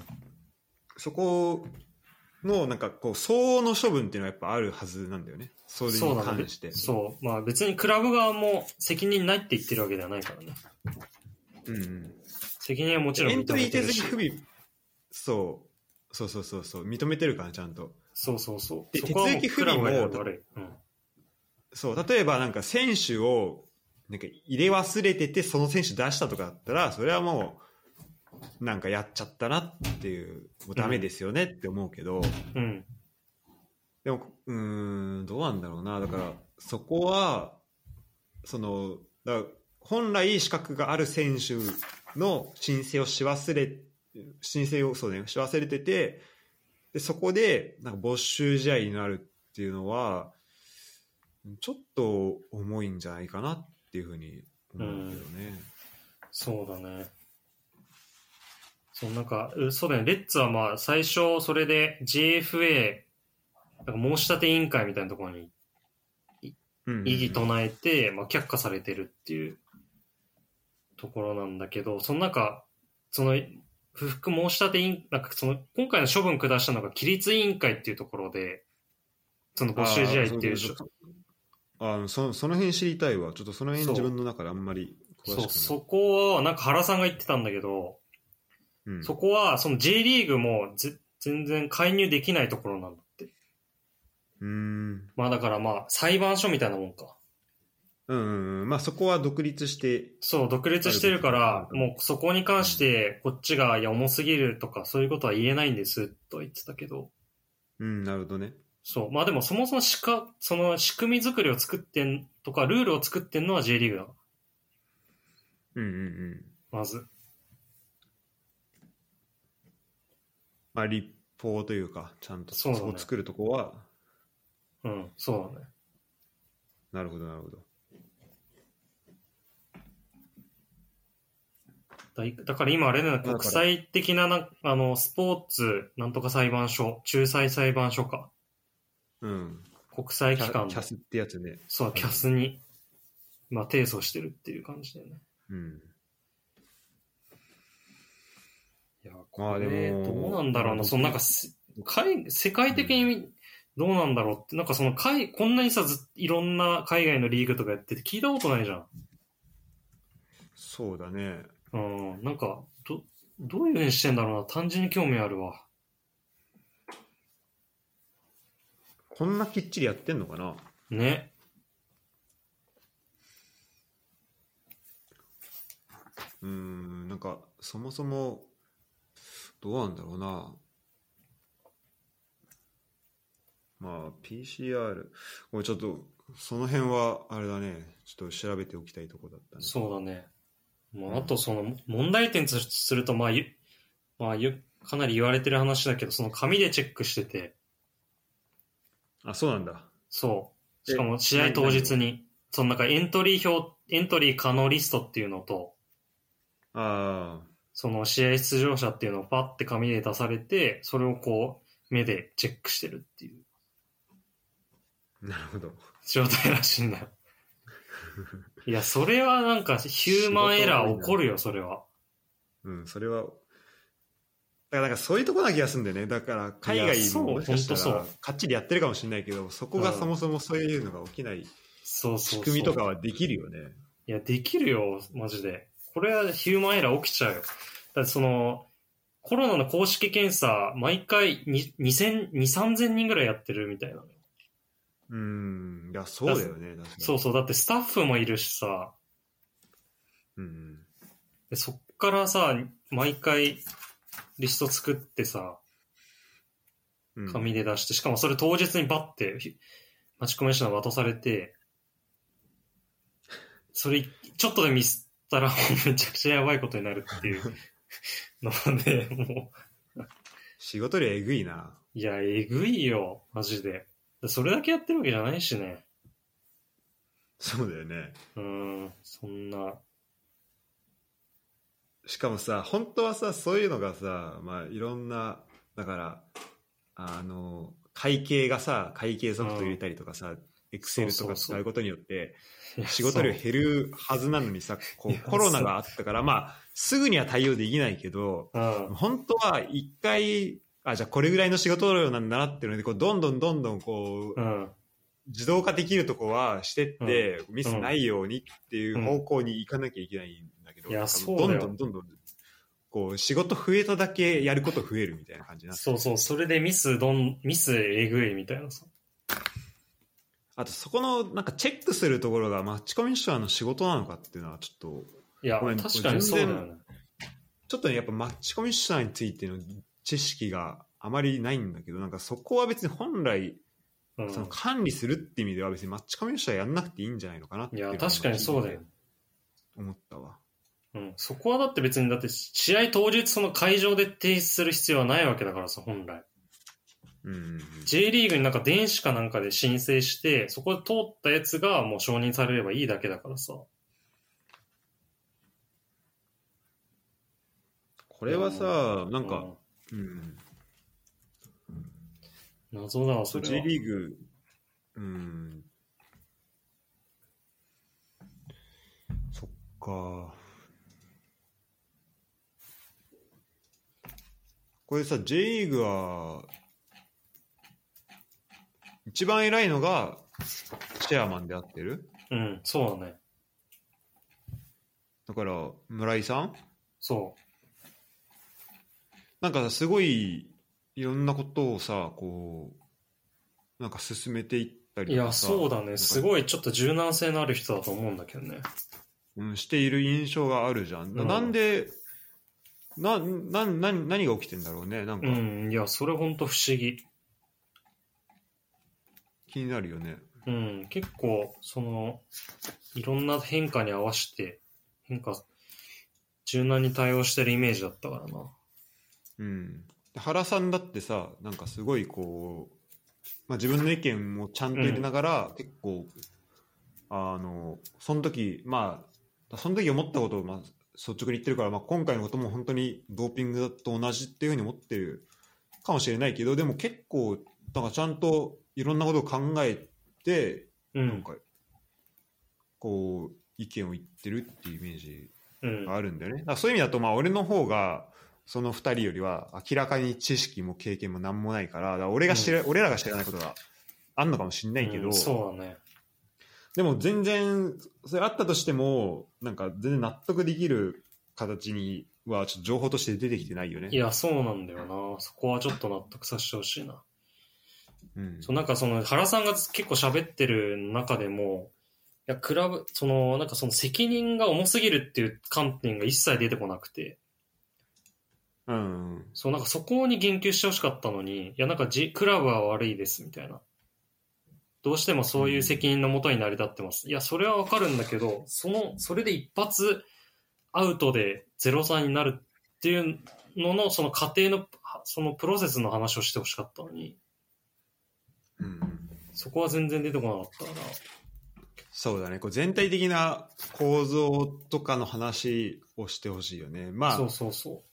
S1: そこのなんかこう相応の処分っていうのはやっぱあるはずなんだよね。それに
S2: そうだね
S1: 関して。。
S2: そう。まあ別にクラブ側も責任ないって言ってるわけではないからね。
S1: うんうん。
S2: 責任はもちろん
S1: エン
S2: 認
S1: トリ
S2: め
S1: ー
S2: て
S1: 手続
S2: る
S1: き
S2: し。
S1: 不備、そう、そうそうそうそう、認めてるからちゃんと。
S2: そうそうそう。
S1: で
S2: そこはもう
S1: 手続き
S2: ク
S1: 不
S2: ラ
S1: 備
S2: ブ
S1: も
S2: がやる悪い。うん。
S1: そう、例えばなんか選手をなんか入れ忘れててその選手出したとかだったら、それはもうなんかやっちゃったなっていう、もうダメですよねって思うけど、
S2: うん。
S1: でも、うーん、どうなんだろうな。だから、そこは、その、だから本来資格がある選手の申請をし忘れ、申請を、そうね、し忘れてて、で、そこで、なんか没収試合になるっていうのは、ちょっと重いんじゃないかなっていうふうに思うけどね。
S2: そうだね。そう、なんか、うそうだね。レッツはまあ、最初、それで JFA、なんか申し立て委員会みたいなところに
S1: うんうんうん
S2: 異議唱えて、まあ、却下されてるっていうところなんだけど、その中、その、不服申し立て委員、なんかその、今回の処分下したのが、規律委員会っていうところで、その募集試合ってい
S1: あー、
S2: う
S1: そうあのそその辺知りたいわ。ちょっとその辺
S2: そう
S1: 自分の中であんまり詳しくな
S2: そ
S1: い。
S2: う、そこは、なんか原さんが言ってたんだけど、
S1: うん
S2: そこは、その J リーグもぜ全然介入できないところなんだって。
S1: うーん。
S2: まあだからまあ、裁判所みたいなもんか。
S1: うんうんうん、まあそこは独立して、
S2: そう、独立してるから、もうそこに関して、こっちが、いや、重すぎるとか、そういうことは言えないんです、と言ってたけど。
S1: うん、なるほどね。
S2: そう。まあでも、そもそもしか、その仕組み作りを作ってん、とか、ルールを作ってんのは J リーグだ。
S1: うんうんうん。
S2: まず。
S1: まあ立法というか、ちゃんと
S2: そうだね
S1: そこを作るとこは、
S2: うん、そうだね。
S1: なるほど、なるほど。
S2: だいだから今あれだよね、
S1: だから
S2: 国際的なな、あの、スポーツなんとか裁判所、仲裁裁判所か。
S1: うん。
S2: 国際
S1: キ
S2: 機関
S1: ャ
S2: の
S1: キャスってやつね。
S2: そう、キャスに、まあ、提訴してるっていう感じだよね。
S1: うん。
S2: いや、
S1: ま
S2: こ
S1: あでも
S2: れ、どうなんだろう
S1: ま
S2: な。
S1: あ
S2: そのなんかせ、海、世界的にどうなんだろうって、なんかその海、こんなにさ、ずいろんな海外のリーグとかやってて聞いたことないじゃん。
S1: そうだね。
S2: うん、なんか、ど、どういうふうにしてんだろうな。単純に興味あるわ。
S1: こんなきっちりやってんのかな
S2: ね。
S1: うーん、なんか、そもそも、どうなんだろうな。まあ、PCR、これちょっと、その辺は、あれだね、ちょっと調べておきたいとこだったね。
S2: そうだね。まあ、あとその、問題点とすると、まあ、ゆまあ、ゆかなり言われてる話だけど、その紙でチェックしてて、
S1: あ、そうなんだ。
S2: そう。
S1: え
S2: しかも試合当日に、そのなんかエントリー表、エントリー可能リストっていうのと、
S1: ああ、
S2: その試合出場者っていうのをパッて紙で出されて、それをこう、目でチェックしてるっていう
S1: なるほど。
S2: 状態らしいん だよ。いや、それはなんかヒューマンエラー起こるよ、それは。
S1: うん、それは、だからなんかそういうとこな気がするんだよね。だから、海
S2: いや
S1: 外
S2: そう
S1: ももしかし
S2: ほ
S1: た
S2: ん
S1: ら
S2: とそ、
S1: かっちりやってるかもしれないけど、そこがそもそもそういうのが起きない
S2: そうそうそ
S1: 仕
S2: う。
S1: 組みとかはできるよね。
S2: いや、できるよ、マジで。これはヒューマンエラー起きちゃうよ。だってその、コロナの公式検査、毎回に2000、2、3000人ぐらいやってるみたいなのよ。
S1: うーん、いや、そうだよね、確かに。
S2: そうそう、だってスタッフもいるしさ、
S1: うん
S2: でそっからさ、毎回リスト作ってさ、
S1: うん、うん
S2: 紙で出して、しかもそれ当日にバッて、ひ待ち込みしたの渡されて、それ、ちょっとでミスったら、めちゃくちゃやばいことになるっていう ので、もう、
S1: 仕事量えぐいな。
S2: いや、えぐいよ、マジで。それだけやってるわけじゃないしね。
S1: そうだよね。
S2: うーん、そんな。
S1: しかもさ、本当はさ、そういうのがさ、まあ、いろんな、だから、あの、会計がさ、会計ソフト入れたりとかさ、エクセルと
S2: そうそう
S1: か
S2: そう
S1: 使うことによって、
S2: いや
S1: 仕事量
S2: そう
S1: 減るはずなのにさ、こ
S2: いや
S1: う、コロナがあったから、まあ、すぐには対応できないけど、
S2: うん。
S1: 本当は一回、あ、じゃあこれぐらいの仕事量なんだなっていうので、こう、どんどんどんどんこう
S2: う、ん。
S1: 自動化できるとこはしてって、ミスないようにっていう方向に行かなきゃいけないんだけど、
S2: うんいや
S1: なんか
S2: そうだよ
S1: どんどんどんどんこう仕事増えただけやること増えるみたいな感じになって
S2: そうそう、それでミスどん、ミスえぐいみたいなさ。
S1: あとそこのなんかチェックするところがマッチコミッショナーの仕事なのかっていうのはちょっと
S2: いや、
S1: ごめん
S2: 確かにそうだよね。
S1: ちょっとねやっぱマッチコミッショナーについての知識があまりないんだけどなんかそこは別に本来
S2: うん。
S1: その管理するって意味では別にマッチコミッショナーやんなくていいんじゃないのかなって
S2: い
S1: いうの
S2: や、
S1: は
S2: 確かにそうだよ。
S1: 思ったわ
S2: うん。そこはだって別に、だって試合当日その会場で提出する必要はないわけだからさ、本来。
S1: うんうんうん
S2: J リーグになんか電子かなんかで申請して、そこで通ったやつがもう承認されればいいだけだからさ。
S1: これはさなん
S2: う
S1: か、うんうん
S2: 謎だわ、それ
S1: J
S2: は。
S1: リーグ、うん。そっか。これさ、J リーグは、一番偉いのが、チェアマンであってる
S2: うん、そうだね。
S1: だから、村井さん
S2: そ
S1: なんかすごい、いろんなことをさ、こう、なんか進めていった
S2: う。
S1: り
S2: い
S1: と
S2: や、
S1: かさ
S2: そうだね。すごいちょっと柔軟性のある人だと思うんだけどね。
S1: うん、している印象があるじゃん。な
S2: うん
S1: なんで、な、な、な、何が起きてんだろうね。なんか
S2: うん、いや、それほんと不思議。
S1: 気になるよね。
S2: うん、結構、その、いろんな変化に合わせて、変化、柔軟に対応してるイメージだったからな。
S1: うん。で原さんだってさ、なんかすごいこう、まあ、自分の意見もちゃんと入れながら、結構あのその時まあその時思ったことをまあ率直に言ってるから、まあ、今回のことも本当にドーピングと同じっていうふうに思ってるかもしれないけどでも結構だからちゃんといろんなことを考えて、
S2: う
S1: なん
S2: ん。
S1: かこう意見を言ってるっていうイメージ
S2: うん。
S1: があるんだよね。だからそういう意味だと、まあ、俺の方が、その二人よりは、明らかに知識も経験も何もないから、だから俺が知ら、俺らが知らないことがあんのかもしれないけど、
S2: うんそうだね。
S1: でも全然、それあったとしても、なんか全然納得できる形には、ちょっと情報として出てきてないよね。
S2: いや、そうなんだよな。そこはちょっと納得させてほしいな。
S1: うん。
S2: そうなんかその原さんが結構喋ってる中でも、いや、クラブ、その、なんかその責任が重すぎるっていう観点が一切出てこなくて、
S1: うんうん。
S2: そう、なんかそこに言及してほしかったのに、いや、なんかじ、クラブは悪いです、みたいな。どうしてもそういう責任のもとに成り立ってます。いや、それはわかるんだけど、その、それで一発アウトで0-3になるっていうのの、その過程の、そのプロセスの話をしてほしかったのに、
S1: うんうん
S2: そこは全然出てこなかったな。
S1: そうだね。こう全体的な構造とかの話をしてほしいよね。まあ、
S2: そうそうそ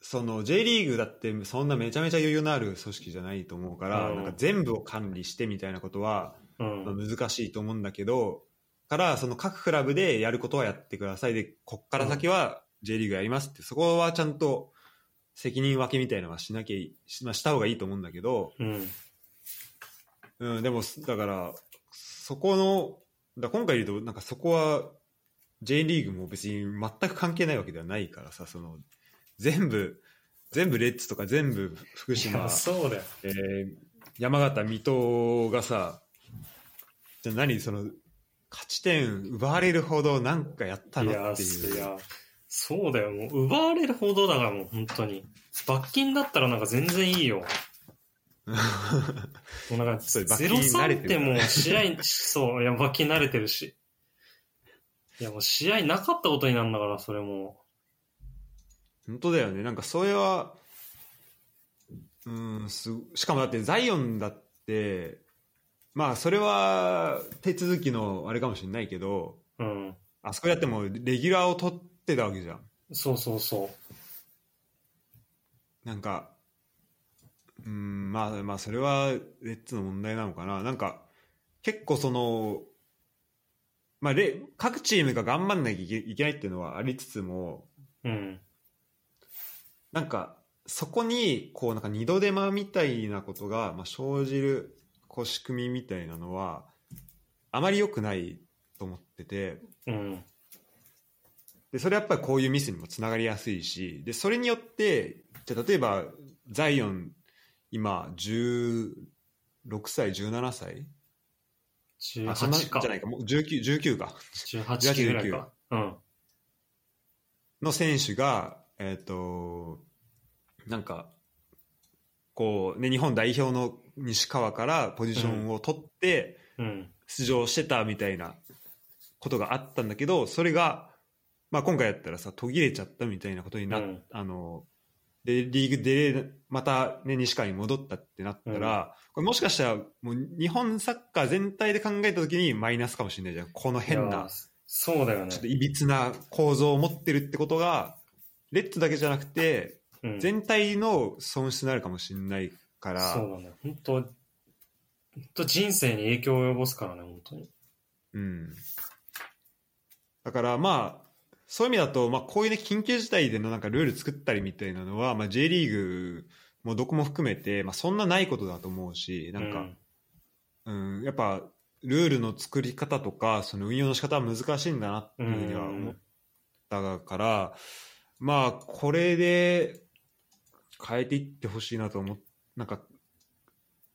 S1: その J リーグだってそんなめちゃめちゃ余裕のある組織じゃないと思うから、
S2: うん
S1: なんか全部を管理してみたいなことは
S2: う。うん。
S1: まあ難しいと思うんだけどからその各クラブでやることはやってくださいでこっから先は J リーグやりますってそこはちゃんと責任分けみたいなのはしなきゃいし,、まあ、した方がいいと思うんだけど、
S2: うん。
S1: うん、でもだからそこのだから今回言うとなんかそこは J リーグも別に全く関係ないわけではないからさその全部全部レッツとか全部福
S2: い
S1: 島
S2: や、そうだよ。
S1: えー山形水戸がさじゃあ何その勝ち点奪われるほどなんかやった
S2: い
S1: の
S2: や、
S1: って
S2: そ
S1: いう
S2: りゃそうだよ。もう奪われるほどだからもう本当に。罰金だったらなんか全然いいよ。もうなんか、
S1: そう罰金
S2: ゼロ
S1: 慣れ
S2: 三って
S1: る
S2: てもう試 合、そう、いや、罰金慣れてるし。いや、もう試合なかったことになるんだから、それも。
S1: 本当だよねなんかそれはうんすしかもだってザイオンだってまあそれは手続きのあれかもしれないけど
S2: うん。
S1: あそこだってもうレギュラーを取ってたわけじゃん
S2: そうそうそ
S1: なんか、うん、まあ、まあ、それは、レッツの問題なのかな。なんか、結構その、まあ、レ各チームが頑張んなきゃいけいけないっていうのはありつつも、
S2: う。うん。
S1: なんか、そこに、こう、なんか二度手間みたいなことが、まあ、生じる、こう、仕組みみたいなのは、あまり良くないと思ってて、
S2: うん。
S1: でそれやっぱりこういうミスにもつながりやすいしでそれによってじゃあ例えばザイオン今16歳17歳あそんなじ
S2: 18か
S1: ゃ。ないかもう 19, 19か
S2: 18期ぐらいか。うん。
S1: の選手がえっ、となんかこう、ね、日本代表の西川からポジションを取って
S2: うん。
S1: 出場してたみたいなことがあったんだけどそれが、まあ、今回やったらさ途切れちゃったみたいなことになっ
S2: うん
S1: あの、で、リーグで、またね、西川に戻ったってなったら、これもしかしたら、もう日本サッカー全体で考えたときにマイナスかもしれないじゃん。この変
S2: いや
S1: な、。
S2: そうだよね
S1: ちょっと。いびつな構造を持ってるってことが、レッツだけじゃなくて、
S2: うん
S1: 全体の損失になるかもしれないから、
S2: そうなんだよ。本当、本当人生に影響を及ぼすからね、本当に。
S1: うん。だからまあ、そういう意味だと、まあこういうね、緊急事態でのなんかルール作ったりみたいなのは、まあ J リーグもどこも含めて、まあそんなないことだと思うし、なんか、うん、やっぱルールの作り方とかその運用の仕方は難しいんだなって
S2: う
S1: い
S2: ん、
S1: うふうには思ったから、まあこれで変えていってほしいなと思っなんか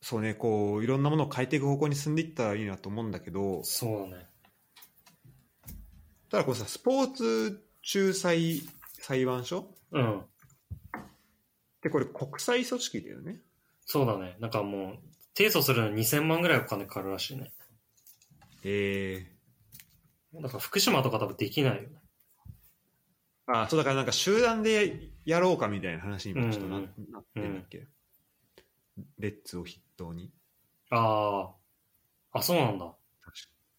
S1: そうねこういろんなものを変えていく方向に進んでいったらいいなと思うんだけど
S2: そうだね。
S1: ただこうさスポーツ仲裁裁判所っ
S2: うん。
S1: てこれ国際組織だよね
S2: そうだね。なんかもう、提訴するのに2000万ぐらいお金かかるらしいね。
S1: え
S2: だから福島とか多分できないよね。
S1: ー、あそうだからなんか集団でやろうかみたいな話にもちょっとな,、
S2: うん
S1: なってんだっけ、レッツを筆頭に。
S2: ああ。あ、そうなんだ。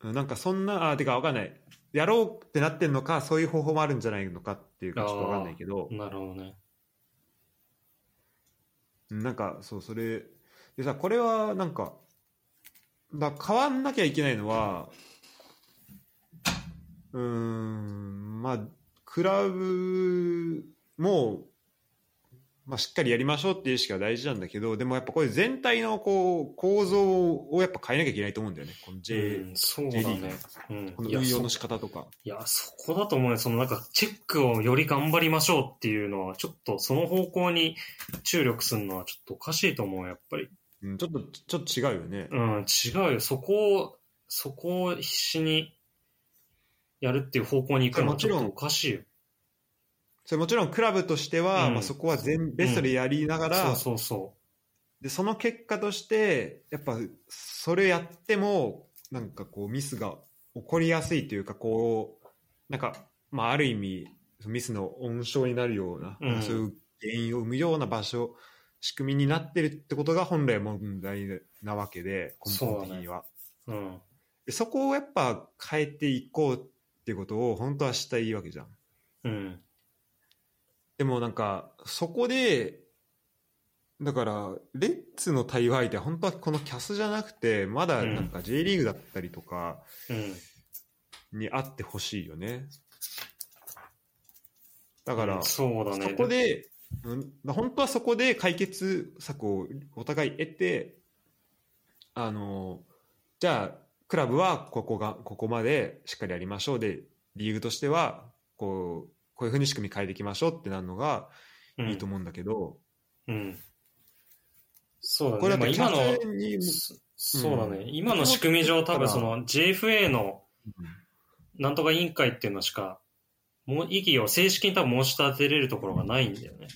S1: うんなんかそんな、あ、てかわかんない。やろうってなってんのか、そういう方法もあるんじゃないのかっていうかちょっとわかんないけど、
S2: なるほどね。
S1: うんなんかそう、それ、でさ、これはなんか、だ変わんなきゃいけないのは、うーん、まあ、クラブも、まあ、しっかりやりましょうっていう意識が大事なんだけど、でもやっぱこれ全体のこう構造をやっぱ変えなきゃいけないと思うんだよね。この J、
S2: うん、そうだ
S1: J リーグ
S2: ね。うん
S1: この
S2: いや
S1: 運用
S2: そ
S1: の仕方とか。
S2: いや、そこだと思うね。そのなんか、チェックをより頑張りましょうっていうのは、ちょっとその方向に注力するのはちょっとおかしいと思う、やっぱり。
S1: うん、ちょっと、ちょっと違うよね。
S2: うん、違うよ。そこを、そこを必死にやるっていう方向に行くのはちょっとおかしいよ。
S1: それもちろんクラブとしては、
S2: うん
S1: まあ、そこは全ベストでやりながら、
S2: そうそうそ
S1: でその結果としてやっぱそれやってもなんかこうミスが起こりやすいというかこうなんか、まあ、ある意味ミスの温床になるような、
S2: うん
S1: そういう原因を生むような場所仕組みになってるってことが本来問題なわけで根本的には
S2: う。うん。
S1: でそこをやっぱ変えていこうってことを本当はしたいわけじゃん。
S2: うん。
S1: でもなんか、そこで、だから、レッツの対話相手は本当はこのキャスじゃなくて、まだなんか J リーグだったりとか
S2: うん。
S1: にあってほしいよね。だから、
S2: うん
S1: そ
S2: そうだね。
S1: こで、うん本当はそこで解決策をお互い得て、あの、じゃあ、クラブはここが、ここまでしっかりやりましょうで、リーグとしては、こう、こういうふうに仕組み変えていきましょうってなるのが、
S2: うん、
S1: いいと思うんだけど、
S2: うん。そう
S1: こ
S2: だ
S1: れ
S2: ね。
S1: だ
S2: ま
S1: っ
S2: あ
S1: て
S2: 今の、
S1: キャスに
S2: そそうだね。
S1: うん
S2: 今の仕組み上、多分その JFA の
S1: うん
S2: なんとか委員会っていうのしか、もう意義を正式に多分申し立てれるところがないんだよね。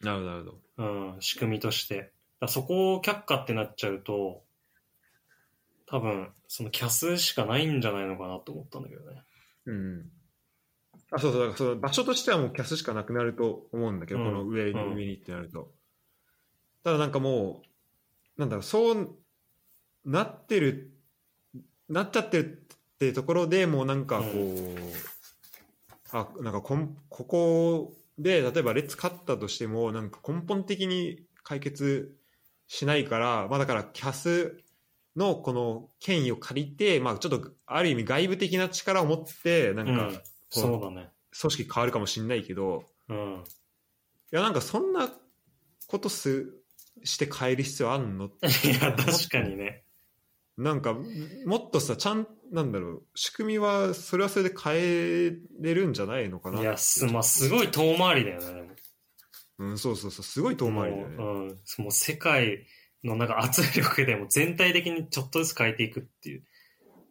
S1: なるほど、なるほど。
S2: うん、仕組みとして。だからそこを却下ってなっちゃうと、多分、そのキャスしかないんじゃないのかなと思ったんだけどね。
S1: うん。あ、そうそう、だからその場所としてはもうキャスしかなくなると思うんだけど、
S2: うん
S1: この上に、
S2: うん
S1: 上にってなると。ただなんかもう、なんだろう、そうなってる、なっちゃってるってところでもうなんかこう、あ、なんかこん、ここで、例えばレッツ勝ったとしても、なんか根本的に解決しないから、まあだからキャスのこの権威を借りて、まあちょっとある意味外部的な力を持って、なん
S2: う
S1: か
S2: ん。そうだね。
S1: 組織変わるかもしれないけど、
S2: うん。
S1: いやなんかそんなことす、して変える必要あんのって
S2: いや、確かにね。
S1: なんか、もっとさ、ちゃん、なんだろう、仕組みは、それはそれで変えれるんじゃないのかなっ
S2: い
S1: て
S2: や、す、まあ、すごい遠回りだよね、でも
S1: うん、そうそうそう、すごい遠回りだよね。
S2: もううん。もう世界のなんか圧力でも全体的にちょっとずつ変えていくっていう、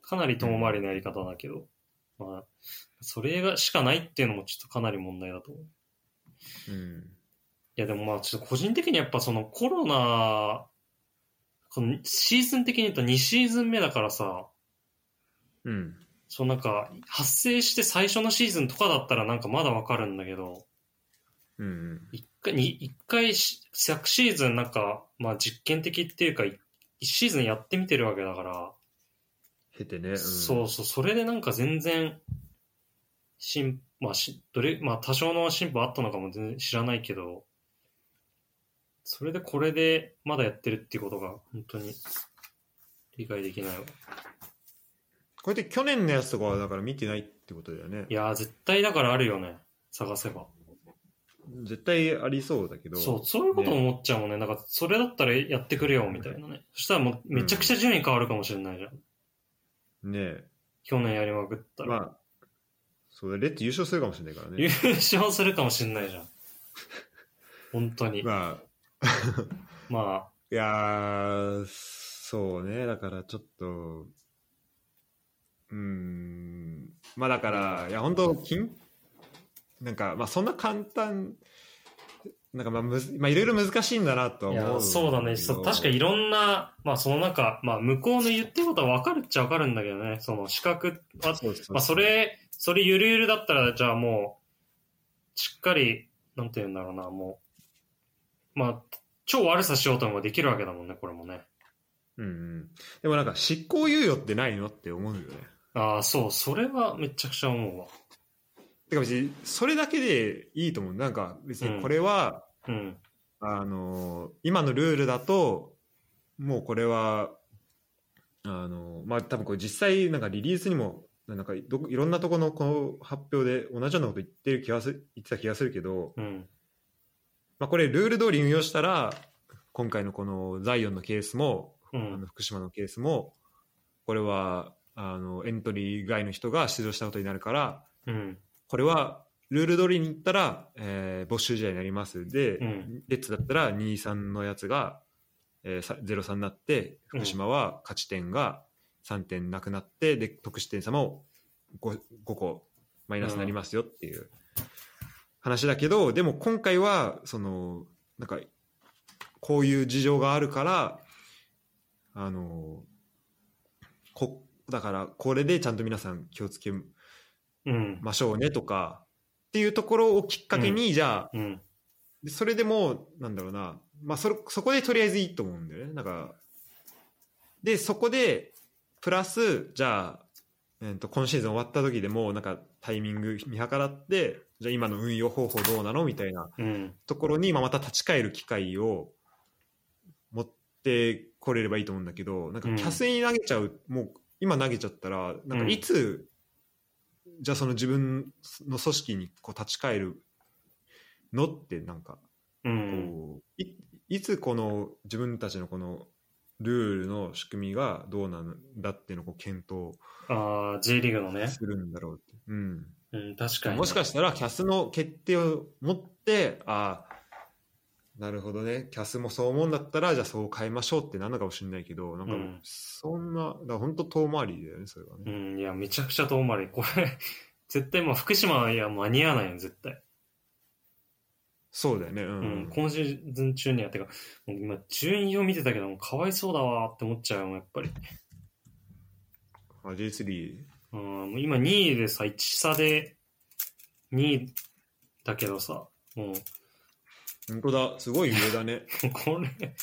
S2: かなり遠回りなやり方だけど、まあ、それがしかないっていうのもちょっとかなり問題だと思う。
S1: うん。
S2: いやでもまあちょっと個人的にやっぱそのコロナ、このシーズン的に言うと2シーズン目だからさ、
S1: うん。
S2: そのなんか発生して最初のシーズンとかだったらなんかまだわかるんだけど、
S1: うんうん。
S2: 一回、に一回し、昨シーズンなんか、まあ実験的っていうか、い一シーズンやってみてるわけだから、
S1: 経てね。うん、
S2: そうそう、それでなんか全然、進、まあし、どれ、まあ多少の進歩あったのかも全然知らないけど、それでこれでまだやってるっていうことが本当に理解できないわ。
S1: これって去年のやつとかは、だから見てないってことだよね
S2: い。やー絶対だからあるよね。探せば。
S1: 絶対ありそうだけど。
S2: そう、そういうこと思っちゃうもんね。なんかそれだったらやってくれよみたいなね。そしたらもうめちゃくちゃ順位変わるかもしれないじゃん。
S1: ねえ。
S2: 去年やりまくったら。
S1: まあ、そうだ、レッツ優勝するかもしれないから
S2: 優
S1: ね。
S2: 勝するかもしれないじゃん。本当に。
S1: まあ、
S2: まあ、
S1: いやー、そうね。だからちょっと、うーん。まあだから、いや、本当金、なんか、まあそんな簡単、なんかまあむず、まあいろいろ難しいんだなとはい思う
S2: や、
S1: んけど。
S2: そうだね。そう確かいろんな、まあその中、まあ向こうの言ってることは分かるっちゃ分かるんだけどね。その資格は、
S1: そうそうそう
S2: まあそれ、それゆるゆるだったら、じゃあもう、しっかり、なんて言うんだろうな、もう、まあ、超悪さしようともできるわけだもんね、これもね。
S1: うんうん。でもなんか執行猶予ってないのって思うよね。
S2: ああ、そう、それはめちゃくちゃ思うわ。
S1: てか別に、それだけでいいと思う。なんか別にこれは、
S2: うん。
S1: あの、今のルールだと、もうこれは、あの、まあ多分これ実際なんかリリースにも、なんかどこいろんなとこのこの発表で同じようなこと言ってる気がする、言ってた気がするけど、
S2: うん。
S1: まあこれルール通り運用したら、今回のこのザイオンのケースも、
S2: う
S1: あの
S2: ん。
S1: 福島のケースもこれはあのエントリー外の人が出場したことになるから
S2: うん。
S1: これはルール通りに行ったら、えー、没収試合になりますで、
S2: うん
S1: レッツだったら23のやつが、えーさ、03になって
S2: うん
S1: 福島は勝ち点が3点なくなってで得失点差も 5, 5個マイナスになりますよっていう話だけどでも今回はそのなんかこういう事情があるからあのこだからこれでちゃんと皆さん気をつけ
S2: うん。
S1: ましょうねとかっていうところをきっかけに、じゃあ
S2: うん。
S1: でそれでもうなんだろうな、まあ、それそこでとりあえずいいと思うんだよねなんかでそこでプラスじゃあ、えー、と今シーズン終わった時でもうなんかタイミング見計らってじゃあ今の運用方法どうなのみたいな
S2: うん。
S1: ところに、まあ、また立ち返る機会を持ってこれればいいと思うんだけどなんか
S2: うん
S1: キャスに投げちゃう、もう今投げちゃったらなんかいつ、じゃあその自分の組織にこう立ち返るのってなんか
S2: う
S1: こう、
S2: ん。
S1: いいつこの自分たちのこのルールの仕組みがどうなんだっていうのをこう検討
S2: ああ、J リーグのね。
S1: するんだろうって。うん
S2: うん、確かに、ね。
S1: もしかしたらキャスの決定を持ってああなるほどねキャスもそう思うんだったらじゃあそう変えましょうってなるのかもしれないけどなんか
S2: うん
S1: そんな、だから本当遠回りだよねそれは
S2: う
S1: ね、
S2: ん、いや、めちゃくちゃ遠回り。これ、 絶対、まあ、福島には間に合わないよ、絶対。
S1: そうだよねうん、
S2: うん、今シーズン中には、てか、もう今、順位を見てたけども、かわいそうだわーって思っちゃうよ、やっぱり。
S1: あ J3
S2: うん、もう今、2位でさ、1差で、2位だけどさ、もう、
S1: 本当だすごい上だね
S2: これ、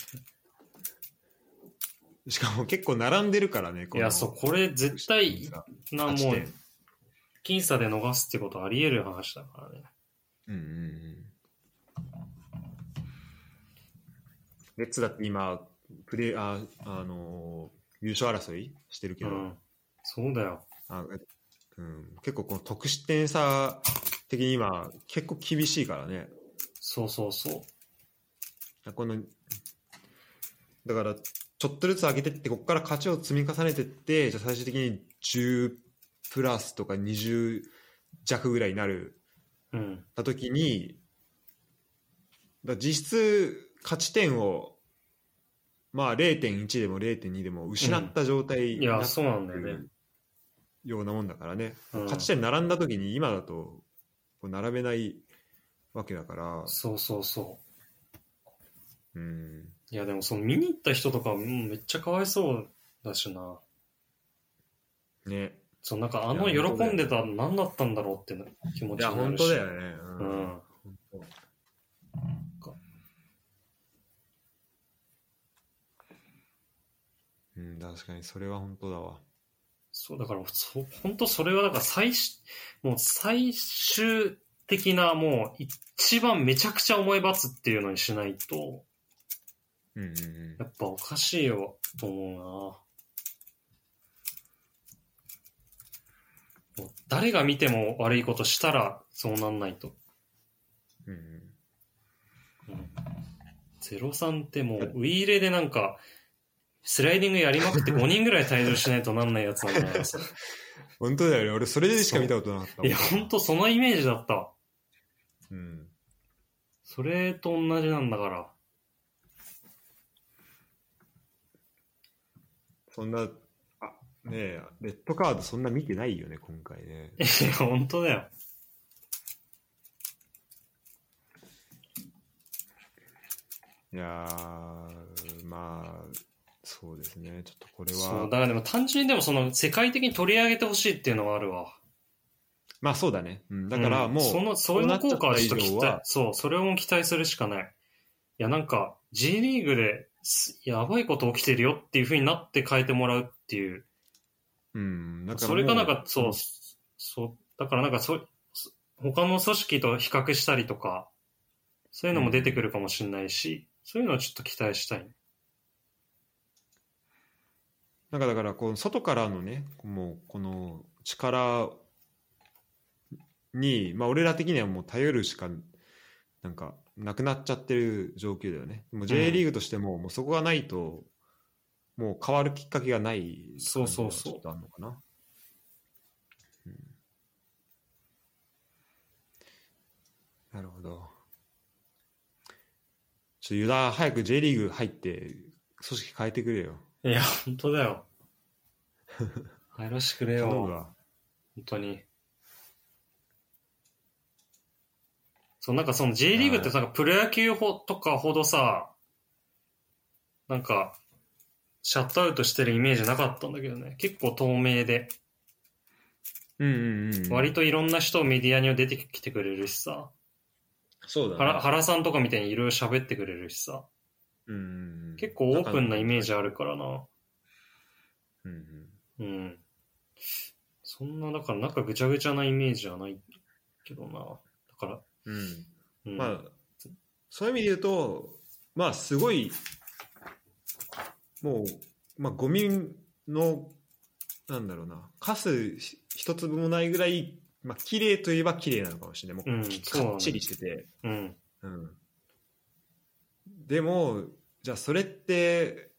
S1: しかも結構並んでるからね
S2: いや、そう、これ、絶対、な、
S1: 8
S2: もう
S1: 点、
S2: 僅差で逃すってことあり得る話だからね。
S1: うんうんうんレッツだって今プレーああのー優勝争いしてるけ
S2: う
S1: ど、
S2: ん。そうだよ。
S1: あうん、結構この得失点差的に今結構厳しいからね
S2: そうそうそう。
S1: このだからちょっとずつ上げてってここから勝ちを積み重ねてってじゃあ最終的に10プラスとか20弱ぐらいになる
S2: うん。
S1: た時にだから実質勝ち点をまあ0.1でも0.2でも失った状態
S2: い
S1: にな
S2: や、
S1: って
S2: そうなんだよね。
S1: ようなもんだからね、
S2: うん
S1: 勝ち点並んだ時に今だとこう並べないわけだから、
S2: そうそうそう。
S1: うん、
S2: いやでもその見に行った人とかうんめっちゃかわいそうだしな。
S1: ね
S2: そうなんかあの喜んでた何だったんだろうっていう気持
S1: い
S2: ち
S1: や
S2: にな
S1: 本
S2: るし。
S1: 当だよ。ね、う
S2: うんん。
S1: 本当
S2: か
S1: うん、確かにそれは本当だわ
S2: そうだからそ本当それはだから最しもう最終的なもう一番めちゃくちゃ思い罰っていうのにしないと
S1: うんうんうん
S2: やっぱおかしいよと思うな。もう誰が見ても悪いことしたらそうなんないと。
S1: うんうん
S2: ゼロ三ってもう、ウィーレでなんか、スライディングやりまくって5人ぐらい退場しないとなんないやつなんだよ。
S1: 本当だよね俺それでしか見たことなかったも
S2: いや、ほんとそのイメージだったわ。
S1: うん、
S2: それと同じなんだから。
S1: そんなあねえレッドカードそんな見てないよね今回ね
S2: いや、ほんとだよ。
S1: いやーまあそうですねちょっとこれ
S2: そう、
S1: は
S2: だからでも単純にでもその、世界的に取り上げてほしいっていうのはあるわ。
S1: まあそうだね、うん、だからもう、
S2: んその、そういう
S1: な
S2: の
S1: っちゃ
S2: 効
S1: っ
S2: 果
S1: た
S2: はちょっと
S1: 以
S2: 期
S1: 上は
S2: 待、そう、それを期待するしかない。いや、なんか、 G リーグですやばいこと起きてるよっていう風になって変えてもらうっていう。
S1: うん。だからもう
S2: それかなんか、そう、そう、だからなんかそ、そ他の組織と比較したりとか、そういうのも出てくるかもしれないし、そういうのをちょっと期待したい。
S1: なんかだからこう外からのねもうこの力に、まあ、俺ら的にはもう頼るしかなんかなくなっちゃってる状況だよね。もう J リーグとしても,、もうそこがないともう変わるきっかけがない
S2: そうそうそ
S1: 感じが
S2: う
S1: ちょっとあるのかな。うんなるほど。ちょっとユダ早く J リーグ入って組織変えてくれよ。
S2: いや、本当 だよ。入らしてくれよ。
S1: 頼む
S2: 本
S1: わ。
S2: 当に。そう、なんかその J リーグってさ、プロ野球ほとかほどさ、なんか、シャットアウトしてるイメージなかったんだけどね。結構透明で。
S1: うんうんうん、
S2: 割といろんな人をメディアには出てきてくれるしさ、
S1: そうだ、ね、
S2: 原原さんとかみたいにいろいろ喋ってくれるしさ、
S1: うんうん
S2: 結構オープンなイメージあるからな。
S1: うんうん
S2: うん。そんな、だからなんかぐちゃぐちゃなイメージはないけどな。だから、
S1: うん
S2: うん。
S1: まあそういう意味で言うとまあすごいもう、まあ、ゴミのなんだろうなカスひ一粒もないぐらいまあ綺麗といえば綺麗なのかもしれないもう、
S2: うんそうだね
S1: かっちりしてて、
S2: うん。
S1: うん、でもじゃあそれって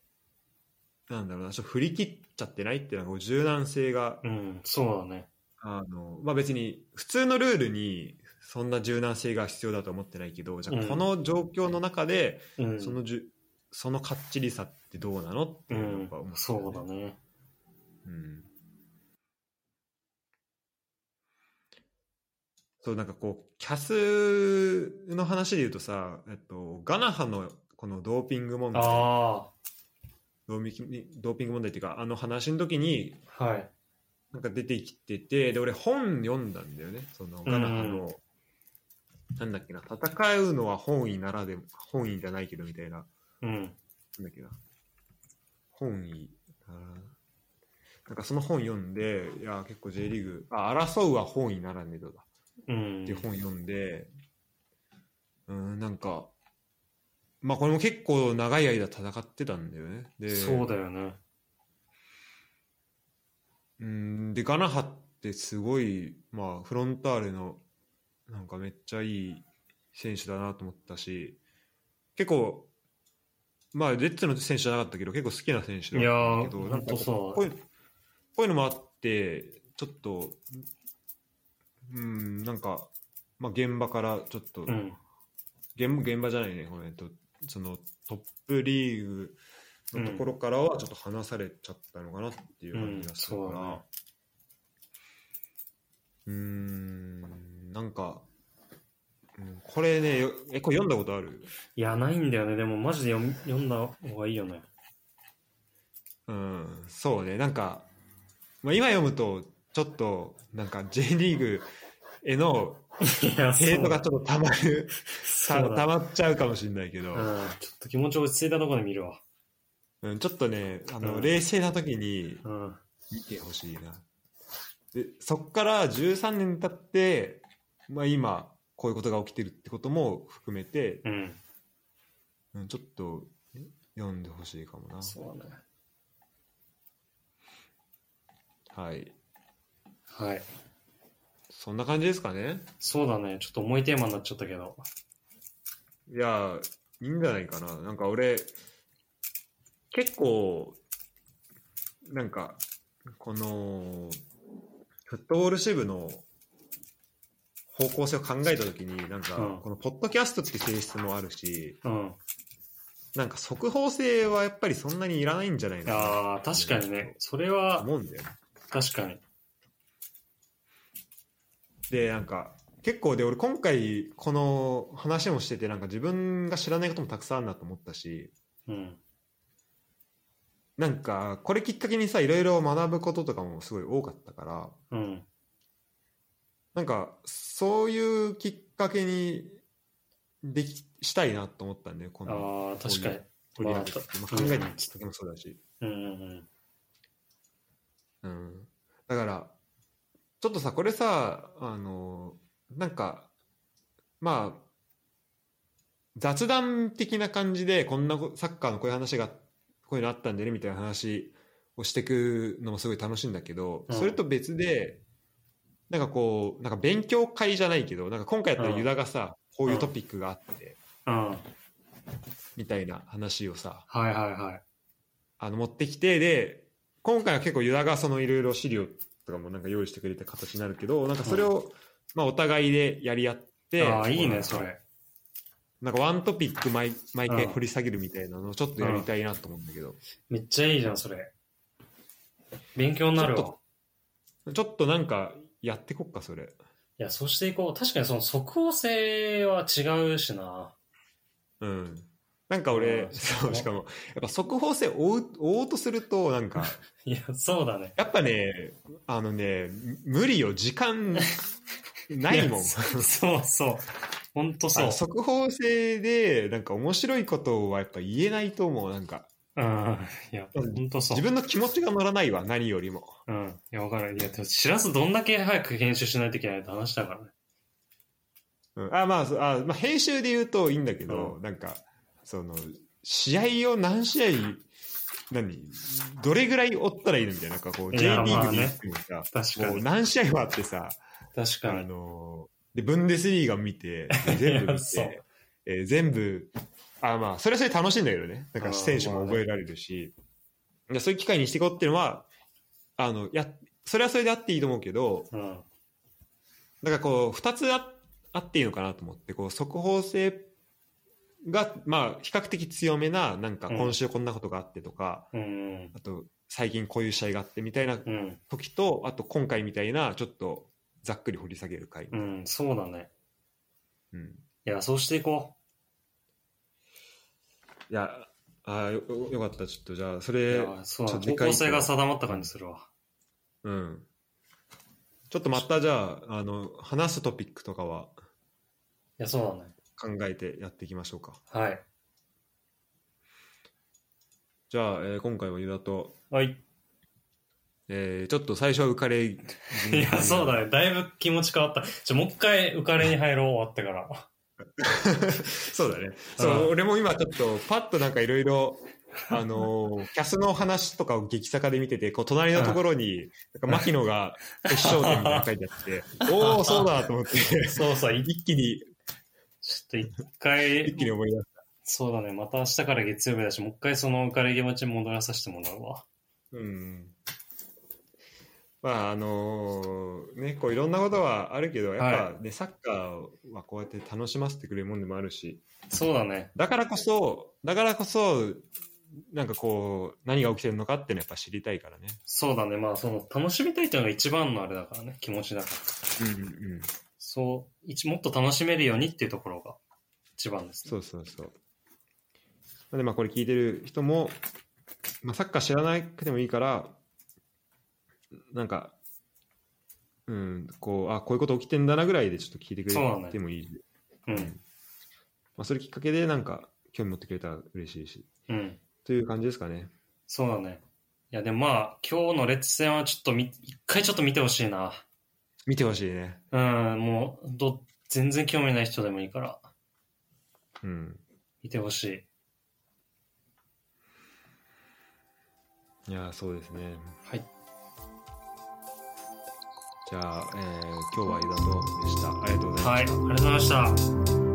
S1: なんだろうなちょっと振り切っちゃってないっていうのは柔軟性が
S2: うん。そうだね。
S1: あのまあ、別に普通のルールにそんな柔軟性が必要だと思ってないけどじゃ
S2: う
S1: あ
S2: ん
S1: この状況の中で
S2: うん。
S1: そのじゅ、そのかっちりさってどうなのって
S2: う
S1: いうのがやっ
S2: ん
S1: ぱ思。ったよ
S2: そうだね。
S1: うんそうなんかこうキャスの話で言うとさ、えっと、ガナハのこのドーピング問題
S2: あ
S1: ドーミドーピング問題っていうかあの話の時に
S2: あ。はい。
S1: なんか出てきてて、で、俺本読んだんだよね。その、ガナハの、なんだっけな、戦うのは本意ならでも、本意じゃないけどみたいな、
S2: うん。
S1: なんだっけな。本意ならなんかその本読んで、いや、結構 J リーグ、あ、争うは本意ならねどだ。
S2: うん。
S1: っていう本読んで、うん、なんか、まあこれも結構長い間戦ってたんだよね。で、
S2: そうだよね。
S1: うんでガナハってすごい、まあ、フロンターレのなんかめっちゃいい選手だなと思ったし結構、まあ、レッツの選手じゃなかったけど結構好きな選手
S2: いや
S1: だったけどな
S2: ー、ほ
S1: ん
S2: ん
S1: か
S2: と
S1: こ
S2: そう
S1: いうこういうのもあってちょっとうんなんか、まあ、現場からちょっと、
S2: う。うん。
S1: 現場現場じゃないねごめんえっとそのトップリーグのところからはちょっと離されちゃったのかなっていう感じがするから、
S2: うんうんそうだね
S1: うーんなんか、うんこれねよえこれ読んだことある
S2: いや、ないんだよね。でもマジで読み読んだ方がいい よね。
S1: うんそうねなんか、まあ、今読むとちょっとなんか J リーグへの
S2: いや、
S1: ヘイト
S2: だ
S1: がちょっとたまる
S2: そ
S1: た
S2: うだ
S1: たまっちゃうかもしれないけど、
S2: うん。ちょっと気持ち落ち着いたところで見るわ。
S1: うん、ちょっとねあの、
S2: うん
S1: 冷静な時に
S2: うん。
S1: 見てほしいな。で、そっから13年経って、まあ今、こういうことが起きてるってことも含めて、
S2: うん。
S1: うん、ちょっとえ読んでほしいかもな。
S2: そうだね。
S1: はい。
S2: はい。
S1: そんな感じですかね
S2: そうだね。ちょっと重いテーマになっちゃったけど。
S1: いや、いいんじゃないかな。なんか俺、結構、なんか、この、フットボール支部の方向性を考えたときに、なん
S2: う
S1: か
S2: ん、
S1: このポッドキャストって性質もあるし、
S2: うん。
S1: なんか速報性はやっぱりそんなにいらないんじゃないのか
S2: ああ、確かにね。それ
S1: なと
S2: は、
S1: 思うんだよね。
S2: 確かに。
S1: で、なんか、結構で、俺今回この話もしてて、なんか自分が知らないこともたくさんあるなと思ったし、
S2: うん。
S1: なんか、これきっかけにさ、いろいろ学ぶこととかもすごい多かったから、
S2: うん。
S1: なんか、そういうきっかけに、できしたいなと思ったんで、この
S2: ああ、確かに。
S1: 売り上げ
S2: ま
S1: ま
S2: あ
S1: あ考えたきっかけもそうだし。
S2: うんうん
S1: うん、だからちょっとさこれさあのなんかまあ雑談的な感じでこんなこサッカーのこういう話がこういうのあったんでねみたいな話をしてくのもすごい楽しいんだけど、
S2: うん
S1: それと別でなんかこうなんか勉強会じゃないけどなんか今回やったらユダがさ、こういうトピックがあって
S2: うん。うん。
S1: みたいな話をさ
S2: はいはいはい。
S1: あの持ってきてで今回は結構ユダがそのいろいろ資料とかもなんか用意してくれた形になるけどなんかそれを、まあ、お互いでやり合って
S2: ああ、いい
S1: こう
S2: ね、それ。
S1: なんかワントピック毎毎回
S2: うん
S1: 掘り下げるみたいなのをちょっとやりたいなと思うんだけど、
S2: めっちゃいいじゃん、それ。勉強になる
S1: ち
S2: わ
S1: ょっ。ちょっとなんかやってこっかそれ
S2: いや、そうしていこう。確かにその即効性は違うしな。
S1: うんなんか俺、
S2: う ん
S1: そうしかもやっぱ速報性追う追おうとするとなん か
S2: いや、そうだね。
S1: やっぱねあのね無理よ時間ないもん
S2: やそそうそう。ほんとそう
S1: あ。速報性でなんか面白いことはやっぱ言えないと思うなんか
S2: うん。いや、ほんとそう
S1: 自。分の気持ちが乗らないわ何よりも
S2: うん。いや、わからん。いや、でも知らずどんだけ早く編集しないといけないって話だからね。
S1: うんあまあそうあ、まあ、編集で言うといいんだけど、
S2: う
S1: なんかその試合を何試合何どれぐらい追ったらいいのみたいななんかこう
S2: い
S1: J リ
S2: や
S1: ー
S2: まあ
S1: グ
S2: ね
S1: で言ってもさ、
S2: 確か
S1: もう
S2: に。
S1: 何試合もあってさ、
S2: 確
S1: あ
S2: かに。
S1: のでブンデスリーガ見 てで全部
S2: いや
S1: 見
S2: そう
S1: て、えー全部あまあそれはそれで楽しいんだけどねなんか選手も覚えられるし、でそういう機会にしていこうっていうのはあのやそれはそれであっていいと思うけど、
S2: うん。
S1: だからこう2つああっていいのかなと思ってこう速報性がまあ比較的強めななんか
S2: うん
S1: 今週こんなことがあってとか、
S2: うん。
S1: あと最近こういう試合があってみたいな
S2: うん。
S1: 時とあと今回みたいなちょっとざっくり掘り下げる回、
S2: うん。そうだね。
S1: うん
S2: いや、そうしていこ。
S1: いやあよよかったちょっとじゃあそう
S2: い
S1: れ
S2: や、そうだね
S1: ちょっと次回
S2: 方向
S1: 以降
S2: 性が定まった感じするわ。
S1: うんちょっとまたじゃああの話すトピックとかはい
S2: や、そうだね。
S1: 考えてやっていきましょうか
S2: はい。
S1: じゃあ、えー今回はユダと、
S2: はい。
S1: えーちょっと最初は浮かれ気味
S2: い
S1: に
S2: や、そうだね。だいぶ気持ち変わった。じゃ、もう一回浮かれに入ろう、終わってから。
S1: そうだね。そう、俺も今ちょっと、パッとなんかいろいろ、あのーキャスの話とかを激坂で見てて、こう、隣のところに、なんか、牧野が、決勝点みたいなの書いてあ って、おおそうだと思って、
S2: そうそう、い
S1: 一気に、
S2: ちょっと一回
S1: 一、気に思い出し
S2: そうだね、また明日から月曜日だし、もう一回その浮かれ気持ちに戻らさせてもらうわ。
S1: た。うん。まあ、あのーね、こう、いろんなことはあるけど、やっぱね、サッカーはこうやって楽しませてくれるもんでもあるし、
S2: そうだね、
S1: だからこそ、だからこそ、なんかこう、何が起きてるのかっていうのはやっぱ知りたいからね。
S2: そうだね、まあその楽しみたいっていうのが一番のあれだからね、気持ちだから。
S1: うんうんうん。
S2: そう、一もっと楽しめるようにっていうところが一番ですね。
S1: そうそうそう。なんで、まあ、これ聞いてる人も、まあ、サッカー知らなくてもいいから、なんか、うん、こう、あ、こういうこと起きてんだなぐらいでちょっと聞いてく
S2: そうだ
S1: れ
S2: ね
S1: てもいい。
S2: うん、
S1: まあ、それきっかけで、なんか、興味持ってくれたら嬉しいし。
S2: うん、
S1: という感じですかね。
S2: そうだね。いや、でもまあ、今日のレッツ戦はちょっとみ、一回ちょっと見てほしいな。
S1: 見てほしいね。
S2: うん、もう、ど、全然興味ない人でもいいから、
S1: うん。
S2: 見てほしい。
S1: いやー、そうですね。
S2: はい。
S1: じゃあ、えー今日はユダとでした。ありがとうございました。
S2: はい、ありがとうございました。